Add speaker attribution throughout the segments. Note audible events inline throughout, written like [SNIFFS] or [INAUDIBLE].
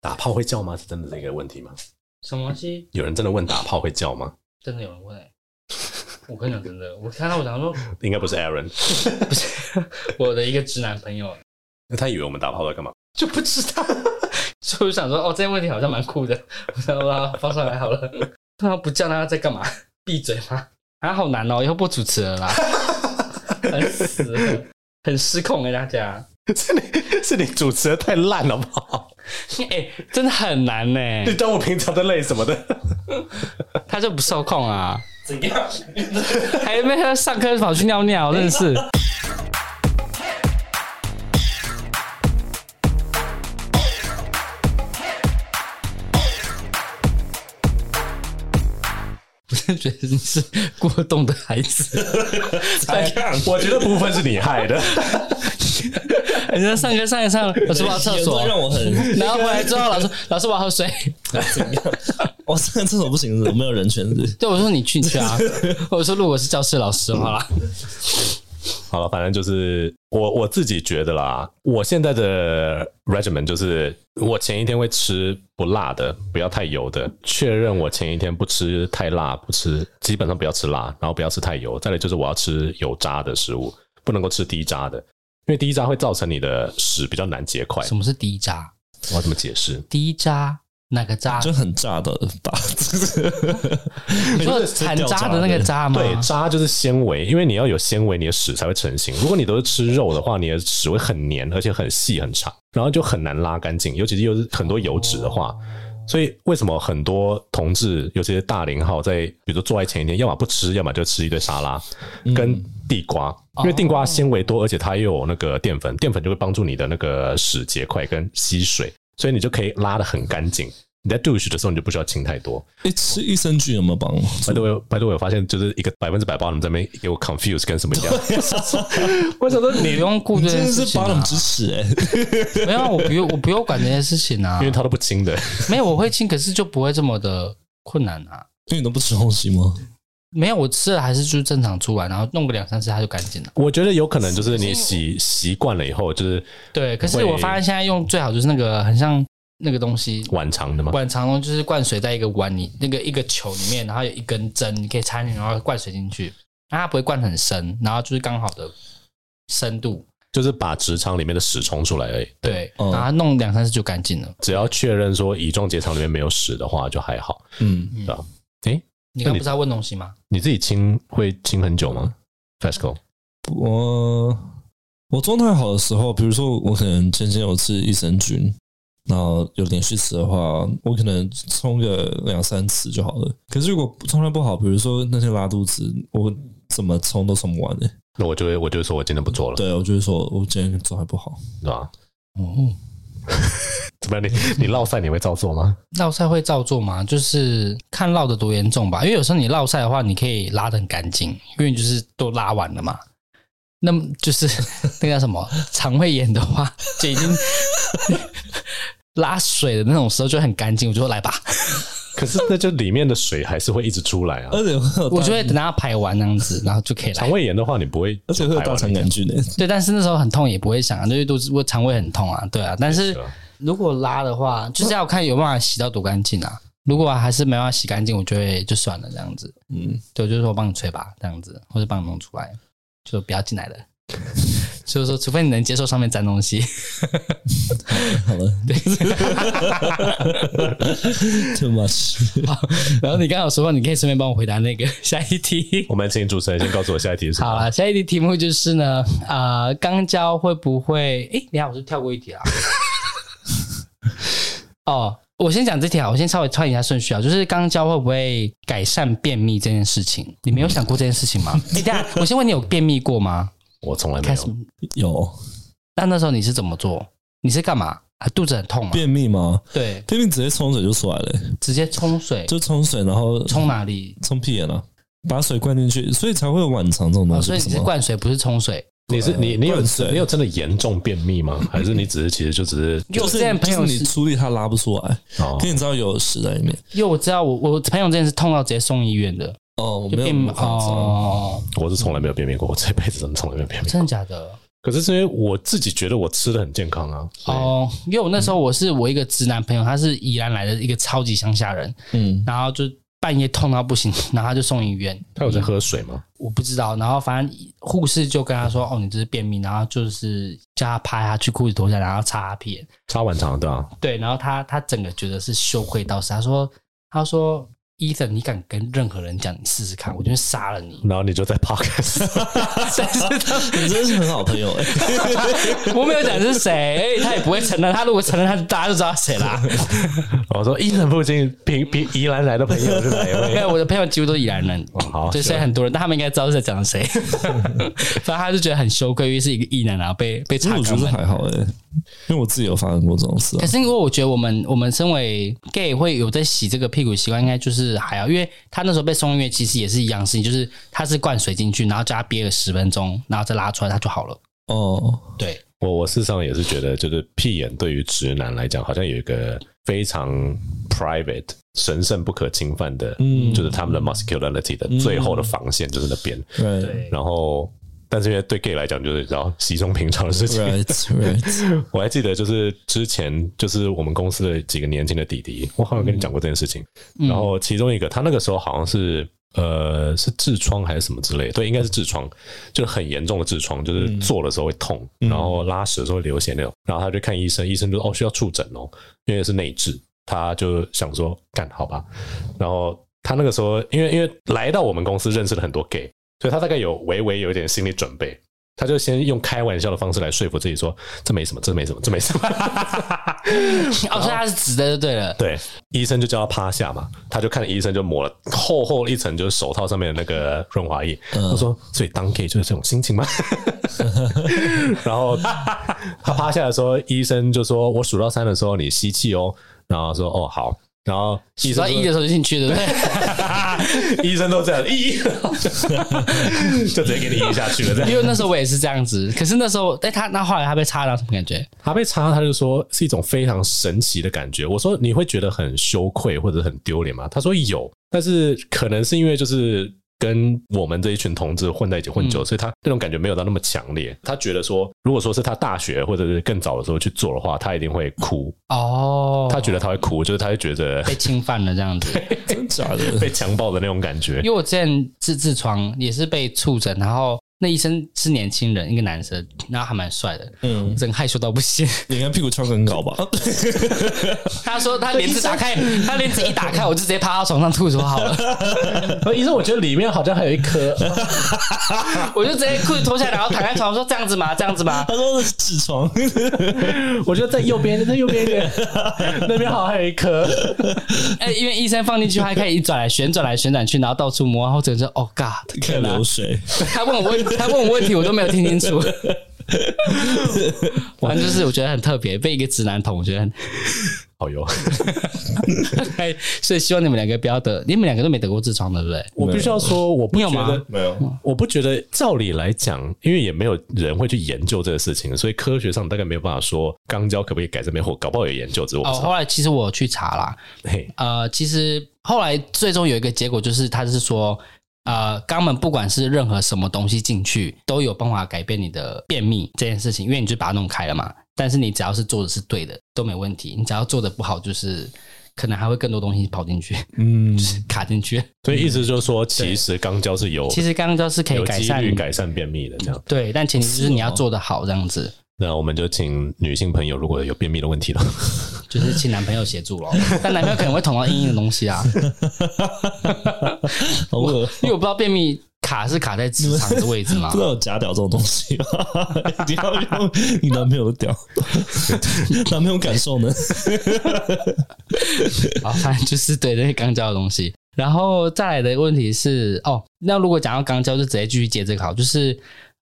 Speaker 1: 打炮会叫吗？是真的这个问题吗？
Speaker 2: 什么东西？
Speaker 1: 有人真的问打炮会叫吗？
Speaker 2: 真的有人问、欸？我跟你讲真的，我看到我想说，
Speaker 1: 应该不是 Aaron，
Speaker 2: 不是我的一个直男朋友，
Speaker 1: 那他以为我们打炮在干嘛？
Speaker 2: 就不知 [LAUGHS] 道，所以我想说，哦，这个问题好像蛮酷的，我想说把它放上来好了。他不叫他在干嘛？闭嘴吗？啊，好难哦，以后不主持 [LAUGHS] 了啦，很死了，很失控哎、大 [LAUGHS] 家。
Speaker 1: [LAUGHS] 是你是你主持的太烂了，好不 [LAUGHS] 好？
Speaker 2: 哎、真的很难欸呢、
Speaker 1: 你当我平常在累什么 [LAUGHS] 的？
Speaker 2: 他就不受控啊，
Speaker 3: 怎样？
Speaker 2: [LAUGHS] 还没他上课跑去尿尿，真的是。我真的觉得你是过动的孩子，
Speaker 3: 怎样？
Speaker 1: [LAUGHS] 我觉得部分是你害的。
Speaker 2: 人家上课上一上，老师我要厕
Speaker 3: 有时
Speaker 2: 所
Speaker 3: 候，让我
Speaker 2: [LAUGHS]
Speaker 3: 很
Speaker 2: 然后回来之后，老师老师我要喝水，[LAUGHS]
Speaker 3: 怎样？我上厕所不行是不是，我没有人权是不是。
Speaker 2: 对我说你去你去
Speaker 3: [LAUGHS]
Speaker 2: 啊，我说如果是教室老师的话，
Speaker 3: 嗯
Speaker 1: 好了，反正就是我我自己觉得啦，我现在的 regimen 就是我前一天会吃不辣的，不要太油的，确认我前一天不吃太辣，不吃基本上不要吃辣，然后不要吃太油，再来就是我要吃有渣的食物，不能够吃低渣的，因为低渣会造成你的屎比较难结块。
Speaker 2: 什么是低渣？
Speaker 1: 我要怎么解释？
Speaker 2: 低渣哪个渣？
Speaker 3: 就很炸的
Speaker 2: [LAUGHS]
Speaker 3: 吧，
Speaker 2: 你说
Speaker 3: 是
Speaker 2: 残
Speaker 3: 掉
Speaker 2: 渣
Speaker 3: 渣
Speaker 2: 的那个
Speaker 3: 的
Speaker 2: 渣吗？
Speaker 1: 对，渣就是纤维，因为你要有纤维，你的屎才会成型。如果你都是吃肉的话，你的屎会很黏，而且很细很长，然后就很难拉干净。尤其是又是很多油脂的话，所以为什么很多同志，尤其是大龄号，在比如说做爱前一天，要么不吃，要么就吃一堆沙拉跟地瓜，因为地瓜纤维多，而且它又有那个淀粉，淀粉就会帮助你的那个屎结块跟吸水，所以你就可以拉的很干净。你在 douche 的时候，你就不需要清太多。
Speaker 3: 哎、吃益生菌有没
Speaker 2: [LAUGHS]
Speaker 3: 有帮忙？
Speaker 1: 拜托，拜托，我有发现就是一个百分之百包你们这边给我 confuse 跟什么一样。 [LAUGHS]
Speaker 2: 我想说你不用顾这件
Speaker 3: 真的
Speaker 2: 事
Speaker 3: 是
Speaker 2: 情
Speaker 3: 巴冷
Speaker 2: 啊，
Speaker 3: 支持哎、
Speaker 2: 没有，啊我不用，我不用管这件事情啊
Speaker 1: 因，为它都不清的，
Speaker 2: 没有，我会清，可是就不会这么的困难啊。
Speaker 3: 因为你都不吃东西吗？
Speaker 2: 没有，我吃了还是就是正常出来，然后弄个两三次它就干净了。
Speaker 1: [LAUGHS] 我觉得有可能就是你习习惯了以后，就是
Speaker 2: 对，可是我发现现在用最好就是那个很像那个东西，
Speaker 1: 晚长的嘛。
Speaker 2: 灌肠龙就是灌水在一个碗里，那个一个球里面，然后有一根针，你可以插进去，然后灌水进去，然后它不会灌很深，然后就是刚好的深度，
Speaker 1: 就是把直肠里面的屎冲出来而已。，
Speaker 2: 对，
Speaker 3: 嗯
Speaker 2: 然后它弄两三次就干净了。
Speaker 1: 只要确认说乙状结肠里面没有屎的话，就还好。
Speaker 3: 嗯，
Speaker 1: 对吧？诶，
Speaker 2: 你刚不是要问东西吗？
Speaker 1: 你自己清会清很久吗 f a s c o
Speaker 3: 我我状态好的时候，比如说我可能前天有吃益生菌，然后有连续吃的话，我可能冲个两三次就好了。可是如果状态不好，比如说那天拉肚子，我怎么冲都冲不完的、
Speaker 1: 那我就会我就会说我今天不做了，
Speaker 3: 对，我就会说我今天状态不好，
Speaker 1: 对吧？
Speaker 2: 哦，
Speaker 1: 怎么样？你你落赛你会照做 [LAUGHS] 吗？
Speaker 2: 落晒会照做吗？就是看落的多严重吧，因为有时候你落晒的话，你可以拉的很干净，因为你就是都拉完了嘛。那么就是 [LAUGHS] 那叫什么肠胃炎的话，就已经 [LAUGHS] 拉水的那种时候就很干净，我就说来吧。
Speaker 1: 可是那就里面的水还是会一直出来啊。
Speaker 3: 而且会有大
Speaker 2: 我就会等它排完那样子，然后就可以来
Speaker 1: 肠。胃炎的话，你不会
Speaker 3: 而且会有大肠杆菌的、
Speaker 2: 对，但是那时候很痛也不会想啊，因为肚子我肠胃很痛啊，对啊。但是
Speaker 1: 是 [LAUGHS] 啊
Speaker 2: 如果拉的话，就是要看有没有办法洗到多干净啊。如果还是没办法洗干净，我就会就算了这样子。
Speaker 3: 嗯，
Speaker 2: 对，我就说我帮你吹吧，这样子，或者帮你弄出来，就不要进来了。 [LAUGHS] 就是说，除非你能接受上面沾东西， [LAUGHS]
Speaker 3: 好了，对，too much， [LAUGHS]
Speaker 2: 然后你刚好说过，你可以顺便帮我回答那个 [LAUGHS] 下一题。
Speaker 1: 我们请主持人先告诉我下一题是什么。
Speaker 2: 好了，下一题题目就是呢，呃，肛交会不会？诶，你好，我是跳过一题啊。 [LAUGHS] 哦，我先讲这题啊，我先稍微串一下顺序啊，就是肛交会不会改善便秘这件事情？你没有想过这件事情
Speaker 1: [LAUGHS]
Speaker 2: 吗？诶，等一下，我先问你有便秘过吗？
Speaker 1: 我从来没
Speaker 2: 开始
Speaker 1: 有，
Speaker 3: 有
Speaker 2: 那那时候你是怎么做？你是干嘛？啊，肚子很痛吗？
Speaker 3: 便秘吗？
Speaker 2: 对，
Speaker 3: 便秘直接冲水就出来了、欸
Speaker 2: 直接冲水，
Speaker 3: 就冲水，然后
Speaker 2: 冲哪里？
Speaker 3: 冲屁眼了、啊把水灌进去，所以才会有晚肠这种
Speaker 2: 哦
Speaker 3: 东西，
Speaker 2: 所以你
Speaker 3: 不
Speaker 2: 是
Speaker 3: 是吗？
Speaker 2: 灌水，不是冲水。
Speaker 1: 你是你你有
Speaker 3: 灌水
Speaker 1: 你有真的严重便秘吗？还是你只是其实就只是
Speaker 2: 因为我之前朋友
Speaker 3: 就是你
Speaker 2: 是，
Speaker 3: 出力它拉不出来，
Speaker 1: 哦
Speaker 3: 可？你知道有屎在里面。
Speaker 2: 因为我知道我我朋友之前是痛到直接送医院的，
Speaker 3: 哦，我
Speaker 2: 就
Speaker 3: 没有
Speaker 2: 变
Speaker 3: 那么夸张
Speaker 2: 哦，
Speaker 1: 我是从来没有便秘过，我这辈子真的从来没有便秘。
Speaker 2: 真的假的？
Speaker 1: 可是是因为我自己觉得我吃的很健康啊，
Speaker 2: 哦，因为我那时候我是我一个直男朋友，他是宜兰来的一个超级乡下人，
Speaker 3: 嗯，
Speaker 2: 然后就半夜痛到不行， [LAUGHS] 然后他就送医院，
Speaker 1: 他有在喝水吗？
Speaker 2: 我不知道，然后反正护士就跟他说：“哦，你这是便秘。”然后就是叫他拍他去裤子脱下来，然后擦他屁眼。
Speaker 1: 擦碗肠对啊，
Speaker 2: 对，然后他他整个觉得是羞愧到死，他说：“他说伊森，你敢跟任何人讲，你试试看，我就会杀了
Speaker 3: [LAUGHS]
Speaker 2: 你。
Speaker 1: 然后你就在 podcast，”
Speaker 2: 但是
Speaker 3: 你真的是很好朋友
Speaker 2: [LAUGHS]
Speaker 3: 哎、
Speaker 2: 他我没有讲是谁，哎他也不会承认。他如果承认，他大家就知道谁啦。
Speaker 1: 我说伊人附近平平宜兰来的朋友是哪一
Speaker 2: 没
Speaker 1: 位？ [LAUGHS]
Speaker 2: 有，我的朋友几乎都宜兰人，
Speaker 3: 哦
Speaker 1: 好
Speaker 2: 对，
Speaker 3: 啊
Speaker 2: 所以很多人，但他们应该知道是在讲
Speaker 3: [LAUGHS]
Speaker 2: 谁。反正他就觉得很羞愧，因为是一个异男，然后被被
Speaker 3: 其
Speaker 2: 查
Speaker 3: 实我觉
Speaker 2: 岗
Speaker 3: 得
Speaker 2: 了。
Speaker 3: 还好哎、因为我自己有发生过这种事
Speaker 2: 可
Speaker 3: 啊。
Speaker 2: 是因为我觉得我们我们身为 gay 会有在洗这个屁股习惯，应该就是还好，因为他那时候被送医院其实也是一样事情，就是他是灌水进去，然后叫他憋了十分钟，然后再拉出来，他就好了。
Speaker 3: 哦，
Speaker 2: 对，
Speaker 1: 我我事实上也是觉得，就是屁眼对于直男来讲，好像有一个非常 private、神圣不可侵犯的，
Speaker 3: 嗯
Speaker 1: 就是他们的 masculinity 的最后的防线就是那边。
Speaker 3: ，right
Speaker 1: 然后，但是因为对 gay 来讲，就是你知道稀松平常的事情。
Speaker 3: right right，
Speaker 1: 我还记得，就是之前就是我们公司的几个年轻的弟弟，我好像跟你讲过这件事情。
Speaker 2: 嗯
Speaker 1: 然
Speaker 2: [LAUGHS]
Speaker 1: 后其中一个，他那个时候好像是呃是痔疮还是什么之类的，对，应该是痔疮，就是很严重的痔疮，就是坐的时候会痛，然后拉屎的时候会流血那种。然后他就看医生，医生就说哦需要触诊哦，因为是内痔。他就想说干好吧，然后他那个时候因为因为来到我们公司认识了很多 gay，所以他大概有微微有一点心理准备。他就先用开玩笑的方式来说服自己说，这没什么，这没什么，这没什么。
Speaker 2: 哦，所以他是直的就
Speaker 1: [LAUGHS]
Speaker 2: 对了。
Speaker 1: 对，医生就叫他趴下嘛，他就看了医生就抹了厚厚一层就是手套上面的那个润滑液。
Speaker 2: 嗯
Speaker 1: 他说：“所以当 gay 就是这种心情吗？” [LAUGHS] 然后他趴下的时候，医生就说：“我数到三的时候你吸气哦。”然后说：“哦，好。”然后医
Speaker 2: 数到
Speaker 1: 生
Speaker 2: 一的时候就进去，对不
Speaker 1: [LAUGHS]
Speaker 2: 对？
Speaker 1: 医生都这样一， [LAUGHS] 就直接给你移下去了。这样
Speaker 2: [LAUGHS] 因为那时候我也是这样子，可是那时候，哎、他那后来他被插到什么感觉？
Speaker 1: 他被插，他就说是一种非常神奇的感觉。我说你会觉得很羞愧或者很丢脸吗？他说有，但是可能是因为就是跟我们这一群同志混在一起混久，所以他那种感觉没有到那么强烈。他觉得说，如果说是他大学或者是更早的时候去做的话，他一定会哭。
Speaker 2: 哦，
Speaker 1: 他觉得他会哭，就是他会觉得
Speaker 2: 被侵犯了这样子。
Speaker 3: 真假的？
Speaker 1: [LAUGHS] 被强暴的那种感觉
Speaker 2: 因。为我之前治痔疮也是被触诊，然后那医生是年轻人，一个男生，然后还蛮帅的，
Speaker 3: 嗯，
Speaker 2: 真害羞到不行。
Speaker 3: [LAUGHS] 你看屁股翘更高吧？
Speaker 2: 他说他帘子打开，他帘子一打开，我就直接趴到床上吐出好 [LAUGHS] 了，
Speaker 1: 呃医生，我觉得里面好像还有一颗，
Speaker 2: 我就直接裤子脱下来，然后躺在床上说这样子吗？这样子 [LAUGHS] 吗？
Speaker 3: [LAUGHS] 他说是痔疮，
Speaker 1: 我觉得在右边，在右边一点，那边好像还有一颗。
Speaker 2: 哎、因为医生放进去，他可以一转来旋转来旋转去，然后到处摸，然后整个就哦 God，
Speaker 3: 看流水。
Speaker 2: 他问我问他问我问题，我都没有听清 [LAUGHS] 楚。反正就是我觉得很特别，被一个直男捅，我觉得很 [LAUGHS]
Speaker 1: 好哟。
Speaker 2: 哎，所以希望你们两个不要得，你们两个都没得过痔疮，对不对？
Speaker 1: 我必须要说，我不
Speaker 2: 你有
Speaker 1: 觉
Speaker 2: 吗
Speaker 1: 得
Speaker 3: 没有，
Speaker 1: 我不觉得，照理来讲，因为也没有人会去研究这个事情，所以科学上大概没有办法说肛交可不可以改善面或搞不好有研究，只是我不
Speaker 2: 哦，
Speaker 1: 知道。
Speaker 2: 后来其实我有去查啦，
Speaker 1: 嘿，
Speaker 2: 呃，其实后来最终有一个结果就是，他是说，呃，肛门不管是任何什么东西进去，都有办法改变你的便秘这件事情，因为你就把它弄开了嘛。但是你只要是做的是对的，都没问题。你只要做的不好，就是可能还会更多东西跑进去，
Speaker 3: 嗯，
Speaker 2: 卡进去。
Speaker 1: 所以意思就是说，其实肛交是有
Speaker 2: 其实肛交是可以
Speaker 1: 有
Speaker 2: 改
Speaker 1: 几
Speaker 2: 善
Speaker 1: 率改善便秘的这样。
Speaker 2: 对，但前提就是你要
Speaker 3: 是哦
Speaker 2: 做的好，这样子
Speaker 1: 那我们就请女性朋友，如果有便秘的问题了，
Speaker 2: 就是请男朋友协助咯。但男朋友可能会捅到硬硬的东西啊。
Speaker 3: 好恶，
Speaker 2: 因为我不知道便秘卡是卡在直肠的位置嘛
Speaker 3: [LAUGHS]
Speaker 2: [LAUGHS]
Speaker 3: 不知，道有假屌这种东西 [LAUGHS] 吗？你要用你男朋友的 [LAUGHS] 屌，男朋友感受呢？
Speaker 2: 啊，反正就是对那些肛交的东西。然后再来的问题是，哦，那如果讲到肛交，就直接继续接这个好，就是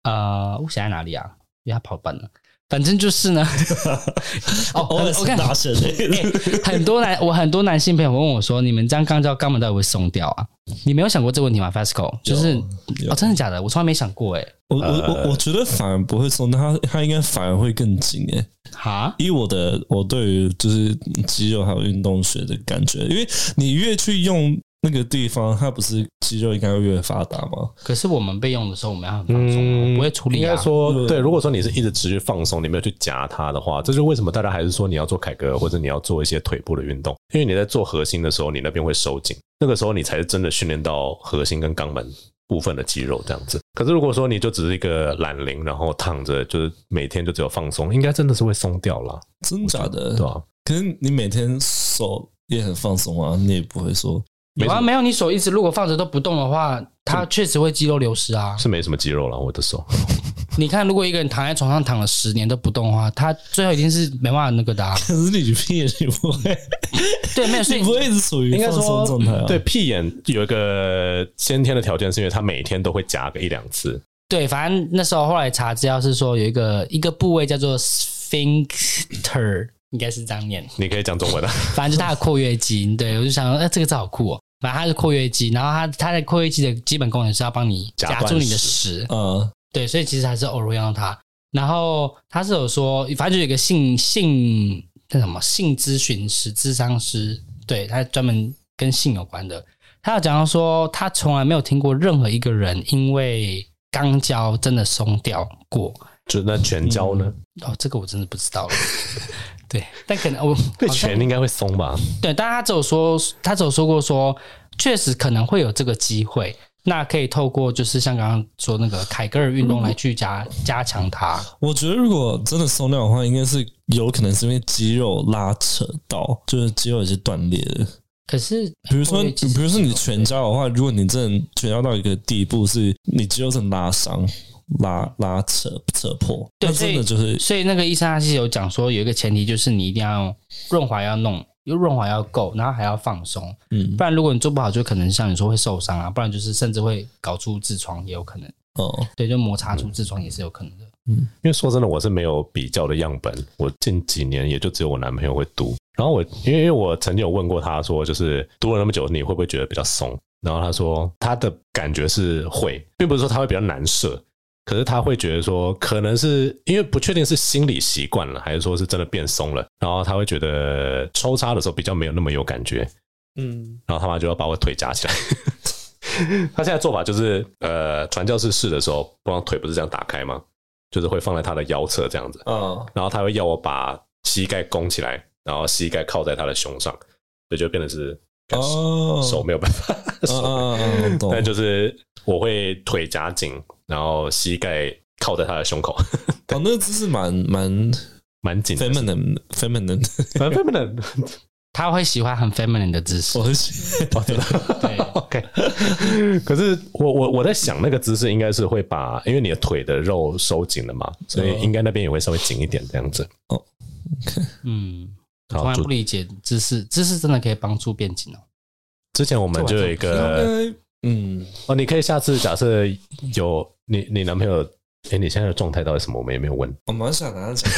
Speaker 2: 呃，我想在哪里啊？因为他跑半了，反正就是呢， [LAUGHS]
Speaker 3: [LAUGHS]
Speaker 2: 哦，
Speaker 3: 偶尔
Speaker 2: 我
Speaker 3: 是
Speaker 2: 看
Speaker 3: 大神欸
Speaker 2: 欸很多男，我很多男性朋友问我说：“你们这样肛交肛门到底会不会松掉啊？”你没有想过这个问题吗？Fasco，就是
Speaker 3: 有
Speaker 2: 哦，真的假的？我从来没想过哎、
Speaker 3: 我我我我觉得反而不会松，他他应该反而会更紧诶、
Speaker 2: 哈，
Speaker 3: 以我的我对于就是肌肉还有运动学的感觉，因为你越去用那个地方它不是肌肉应该会越发达吗？
Speaker 2: 可是我们备用的时候，我们要很放松啊，我不会处理
Speaker 1: 嗯应
Speaker 2: 啊
Speaker 1: 该。说，
Speaker 3: 对
Speaker 1: 对，如果说你是一直持续放松，你没有去夹它的话，这就是为什么大家还是说你要做凯格尔或者你要做一些腿部的运动，因为你在做核心的时候，你那边会收紧，那个时候你才是真的训练到核心跟肛门部分的肌肉这样子。可是如果说你就只是一个懒铃，然后躺着，就是每天就只有放松，应该真的是会松掉啦，
Speaker 3: 真假的？
Speaker 2: 嗯
Speaker 1: 对吧、
Speaker 3: 可是你每天手也很放松啊，你也不会说
Speaker 1: 没
Speaker 2: 有
Speaker 1: 什
Speaker 2: 啊，
Speaker 1: 么
Speaker 2: 没有你手一直如果放着都不动的话，它确实会肌肉流失啊。
Speaker 1: 是没什么肌肉了，我的手。
Speaker 2: 你看，如果一个人躺在床上躺了十年都不动的话，他最后一定是没办法那个的、啊。
Speaker 3: 可是你屁你不会，
Speaker 2: 对，没有，所以
Speaker 3: [LAUGHS] 你不会一直处于
Speaker 1: 应该
Speaker 3: 放
Speaker 1: 说
Speaker 3: 松状态啊？
Speaker 1: 对，屁眼有一个先天的条件，是因为它每天都会夹个一两次。
Speaker 2: 对，反正那时候后来查资料是说有一个一个部位叫做 sphincter，应该是这样念，
Speaker 1: 你可以讲中
Speaker 3: [LAUGHS]
Speaker 1: 文啊，
Speaker 2: 反正就是它的括约肌。对我就想说，哎、这个字好酷哦。反正它是括约肌，然后它它的括约肌的基本功能是要帮你
Speaker 1: 夹
Speaker 2: 夹
Speaker 1: 断
Speaker 2: 住你的
Speaker 1: 食
Speaker 2: 屎，
Speaker 3: 啊，
Speaker 2: 对，所以其实还是偶尔用到它。然后他是有说，反正就有一个性性那什么性咨询师、智商师，对他专门跟性有关的。他有讲到说，他从来没有听过任何一个人因为肛交真的松掉过。
Speaker 1: 就那全交呢？
Speaker 2: 哦，这个我真的不知道了。对，但可能我
Speaker 1: 对
Speaker 2: 好像
Speaker 1: 拳应该会松吧？
Speaker 2: 对，但他只有说，他只有说过说，确实可能会有这个机会。那可以透过就是像刚刚说那个凯格尔运动来去加加强它。
Speaker 3: 我觉得如果真的松掉的话，应该是有可能是因为肌肉拉扯到，就是肌肉已经断裂了。
Speaker 2: 可是，
Speaker 3: 比如说，
Speaker 2: 会不会其实
Speaker 3: 比如说你全交的话，如果你真的全交到一个地步，是你肌肉是拉伤、拉拉扯扯破，
Speaker 2: 对
Speaker 3: 那真的就是
Speaker 2: 所以那个医生他是有讲说，有一个前提就是你一定要润滑要弄，因为润滑要够，然后还要放松，
Speaker 3: 嗯
Speaker 2: 不然如果你做不好，就可能像你说会受伤啊，不然就是甚至会搞出痔疮也有可能，
Speaker 3: 哦，
Speaker 2: 对，就摩擦出痔疮也是有可能的。
Speaker 1: 因为说真的，我是没有比较的样本，我近几年也就只有我男朋友会读。然后我，因为因为我曾经有问过他说，就是读了那么久，你会不会觉得比较松？然后他说他的感觉是会，并不是说他会比较难射，可是他会觉得说，可能是因为不确定是心理习惯了，还是说是真的变松了。然后他会觉得抽插的时候比较没有那么有感觉，
Speaker 3: 嗯，
Speaker 1: 然后他妈就要把我腿夹起来。 [LAUGHS] 他现在做法就是，呃，传教士试的时候，不然腿不是这样打开吗？就是会放在他的腰侧这样子，
Speaker 3: 啊，
Speaker 1: 然后他会要我把膝盖弓起来，然后膝盖靠在他的胸上，所以就变得是干手
Speaker 3: 哦，
Speaker 1: 手没有办法，
Speaker 3: 啊
Speaker 1: 手没
Speaker 3: 啊
Speaker 1: [LAUGHS]
Speaker 3: 啊，懂
Speaker 1: 但就是我会腿夹紧，然后膝盖靠在他的胸口，
Speaker 3: 哦，那个姿势蛮蛮
Speaker 1: 蛮紧的。
Speaker 3: feminine feminine，
Speaker 1: 反正 feminine，
Speaker 2: 他会喜欢很 feminine 的姿势
Speaker 3: 我，很喜欢，
Speaker 2: 对，
Speaker 1: [LAUGHS] OK，可是我我我在想，那个姿势应该是会把，因为你的腿的肉收紧了嘛，所以应该那边也会稍微紧一点这样子。
Speaker 2: [LAUGHS] 嗯，从
Speaker 1: 好，
Speaker 2: 来
Speaker 1: 主
Speaker 2: 不理解姿势，姿势真的可以帮助变紧哦。
Speaker 1: 之前我们就有一个
Speaker 3: 应该嗯，
Speaker 1: 哦，你可以下次假设有你你男朋友，哎、你现在的状态到底什么？我们也没有问。
Speaker 3: 我蛮想拿讲，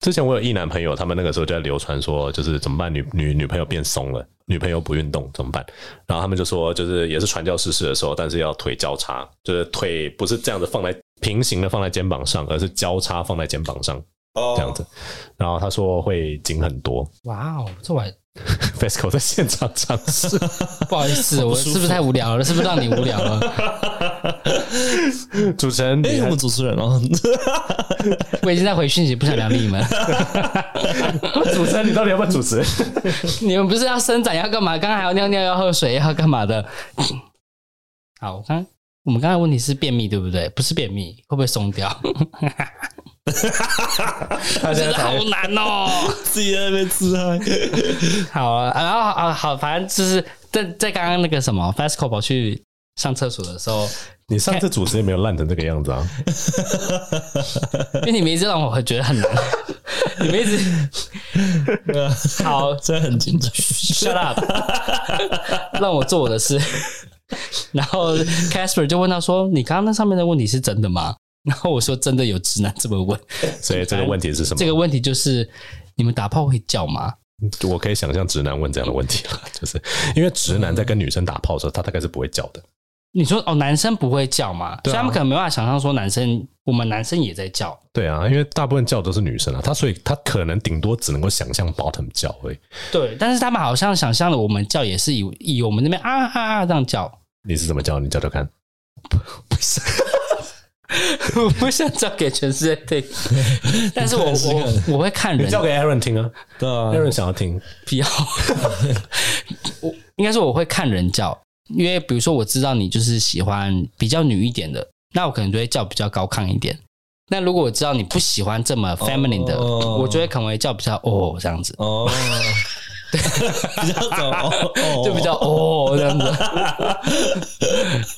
Speaker 1: 之前我有一男朋友，他们那个时候就在流传说，就是怎么办，女女女朋友变松了，女朋友不运动怎么办？然后他们就说，就是也是传教士式的时候，但是要腿交叉，就是腿不是这样子放在平行的放在肩膀上，而是交叉放在肩膀上
Speaker 3: 哦
Speaker 1: 这样子。然后他说会紧很多。
Speaker 2: 哇哦，这我还
Speaker 1: FESCO 在现场尝试，
Speaker 2: 不好意
Speaker 3: [LAUGHS]
Speaker 2: 思，我是不是太无聊了？是不是让你无聊了？
Speaker 1: 主持人，
Speaker 3: 哎、
Speaker 1: 你
Speaker 3: 我
Speaker 1: 还
Speaker 3: 们主持人哦，
Speaker 2: 我已经在回讯息，不想聊你们。
Speaker 1: 主持人，你到底要不要主持？
Speaker 2: [LAUGHS] 你们不是要伸展要干嘛？刚刚还要尿尿要喝水要干嘛的？ [COUGHS] 好，我刚我们刚才问题是便秘对不对？不是便秘，会不会松掉？ [LAUGHS]
Speaker 1: 他现
Speaker 2: 真
Speaker 1: 在
Speaker 2: 的好
Speaker 1: 才
Speaker 2: 难哦。
Speaker 3: 自己在那边自嗨，
Speaker 2: 好啊，然后啊好，反正就是在在刚刚那个什么 Fasco 跑去上厕所的时 [LAUGHS] 候，
Speaker 1: 你上次主持也没有烂成这个样子啊！
Speaker 2: 因为你们一直让我觉得很难， [LAUGHS] 你们一 [LAUGHS] 直好
Speaker 3: 真的很紧张。
Speaker 2: [LAUGHS] shut up，让我做我的事。 [LAUGHS] 然后 Casper 就问他说：“你刚刚那上面的问题是真的吗？” [LAUGHS] 然后我说：“真的有直男这么问。”
Speaker 1: 所以这个问题是什
Speaker 2: 这
Speaker 1: 么？
Speaker 2: 个问题就是你们打炮会叫吗？
Speaker 1: 我可以想象直男问这样的问题了，就是因为直男在跟女生打炮的时候，他大概是不会叫的。
Speaker 2: 啊你说哦，男生不会叫嘛？所以他们可能没办法想象说男生我们男生也在叫，
Speaker 1: 对啊，因为大部分叫都是女生啊，她所以她可能顶多只能够想象 bottom 叫而已。
Speaker 2: 对，但是他们好像想象了我们叫也是以以我们那边啊啊啊这样叫， [LAUGHS]
Speaker 1: 你是怎么叫？你叫叫看。
Speaker 2: 不是，我不想叫给全世界听， [LAUGHS] 但啊是我我我会看
Speaker 1: 你
Speaker 2: 人，
Speaker 1: 叫给 Aaron 听啊
Speaker 3: 对啊，
Speaker 1: ，Aaron 想要听。
Speaker 2: 不要，我应该说我会看人叫，因为比如说我知道你就是喜欢比较女一点的，那我可能就会叫比较高亢一点。那如果我知道你不喜欢这么 feminine 的，
Speaker 3: 哦
Speaker 2: 我就会可能会叫比较哦这样子，
Speaker 3: 哦，比较早哦，哦
Speaker 2: 就比较哦这样子。 [LAUGHS]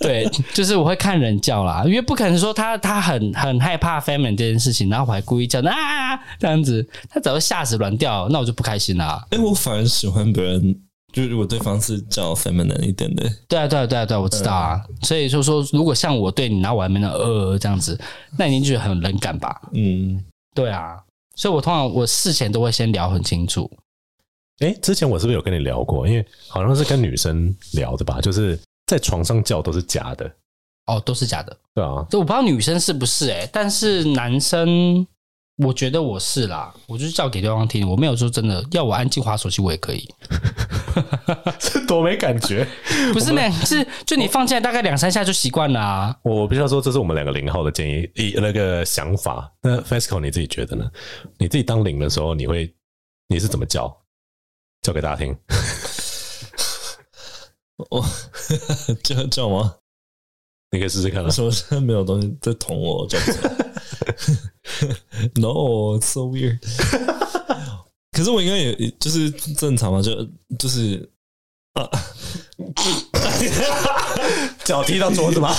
Speaker 2: 对，就是我会看人叫啦，因为不可能说他他很很害怕 feminine 这件事情，然后我还故意叫啊这样子，他只要吓死软掉，那我就不开心啦。
Speaker 3: 哎、我反而喜欢别人，就如果对方是叫 feminine 一点的，
Speaker 2: 对啊，对啊，对啊，对啊，我知道啊。所以就说，如果像我对你，然后我还没那呃这样子，那你一定觉得很冷感吧？
Speaker 3: 嗯，
Speaker 2: 对啊，所以我通常我事前都会先聊很清楚。
Speaker 1: 哎、之前我是不是有跟你聊过？因为好像是跟女生聊的吧，就是在床上叫都是假的，
Speaker 2: 哦，都是假的。
Speaker 1: 对 [LAUGHS] 啊。
Speaker 2: 这我不知道女生是不是哎、但是男生，我觉得我是啦，我就是叫给对方听，我没有说真的要我安静划手机，我也可 [LAUGHS] 以。
Speaker 1: 这多没感觉！
Speaker 2: 不是呢，是就你放进来大概两三下就习惯了啊。
Speaker 1: 我必须要说，这是我们两个零号的建议，一那个想法。那 Fasco 你自己觉得呢？你自己当零的时候，你会你是怎么叫？叫给大家听。
Speaker 3: 我 [LAUGHS] 叫叫吗？
Speaker 1: 你可以试试看啊
Speaker 3: [LAUGHS] 为。什么现在没有东西在捅我？叫不出来 [LAUGHS] No, it's so weird 。 [LAUGHS] 可是我应该也就是正常嘛，就就是
Speaker 1: 脚踢到桌子吗？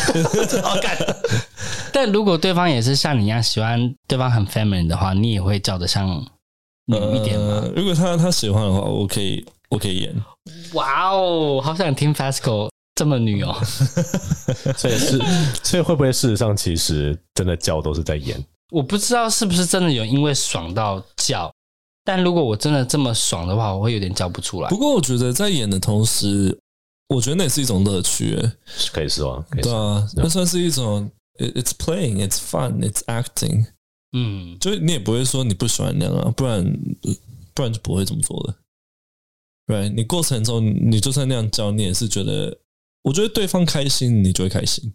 Speaker 2: 但如果对方也是像你一样喜欢对方很 feminine 的话，你也会叫的像女一点吗？
Speaker 3: 呃。如果他他喜欢的话，我可以我可以演。
Speaker 2: 哇哦，好想听 Fasco 这么女哦！
Speaker 1: [LAUGHS] 所以是，所以会不会事实上其实真的叫都是在演？
Speaker 2: 我不知道是不是真的有因为爽到叫，但如果我真的这么爽的话，我会有点叫不出来
Speaker 3: 不。过我觉得在演的同时，我觉得那也是一种乐趣、欸。
Speaker 1: 可以说啊，可以
Speaker 3: 对
Speaker 1: 说。
Speaker 3: 啊，
Speaker 1: 对
Speaker 3: 那算是一种 it- it's playing, it's fun, it's acting。
Speaker 2: 嗯，
Speaker 3: 就是你也不会说你不喜欢那样啊，不然不然就不会这么做的。对、你过程中你就算那样教，你也是觉得，我觉得对方开心，你就会开心。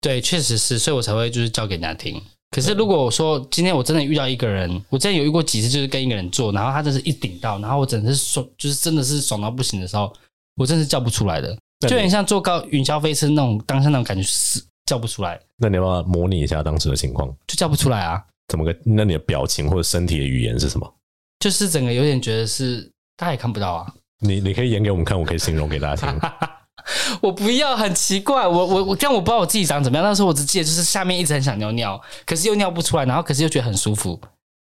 Speaker 2: 对，确实是，所以我才会就是叫给人家听。可是如果我说今天我真的遇到一个人，我之前有遇过几次，就是跟一个人做，然后他真是一顶到，然后我真的是爽，就是真的是爽到不行的时候，我真是叫不出来的，
Speaker 1: 那
Speaker 2: 啊就
Speaker 1: 你
Speaker 2: 很像坐高云霄飞车那种当下那种感觉是叫不出来，
Speaker 1: 那你要不要模拟一下当时的情况？
Speaker 2: 就叫不出来啊。
Speaker 1: 怎么个？那你的表情或者身体的语言是什么？
Speaker 2: 就是整个有点觉得是大家也看不到啊。
Speaker 1: 你你可以演给我们看，我可以形容给大家听。
Speaker 2: [LAUGHS] 我不要，很奇怪，我我我，但我不知道我自己长怎么样。那时候我只记得就是下面一直很想尿尿，可是又尿不出来，然后可是又觉得很舒服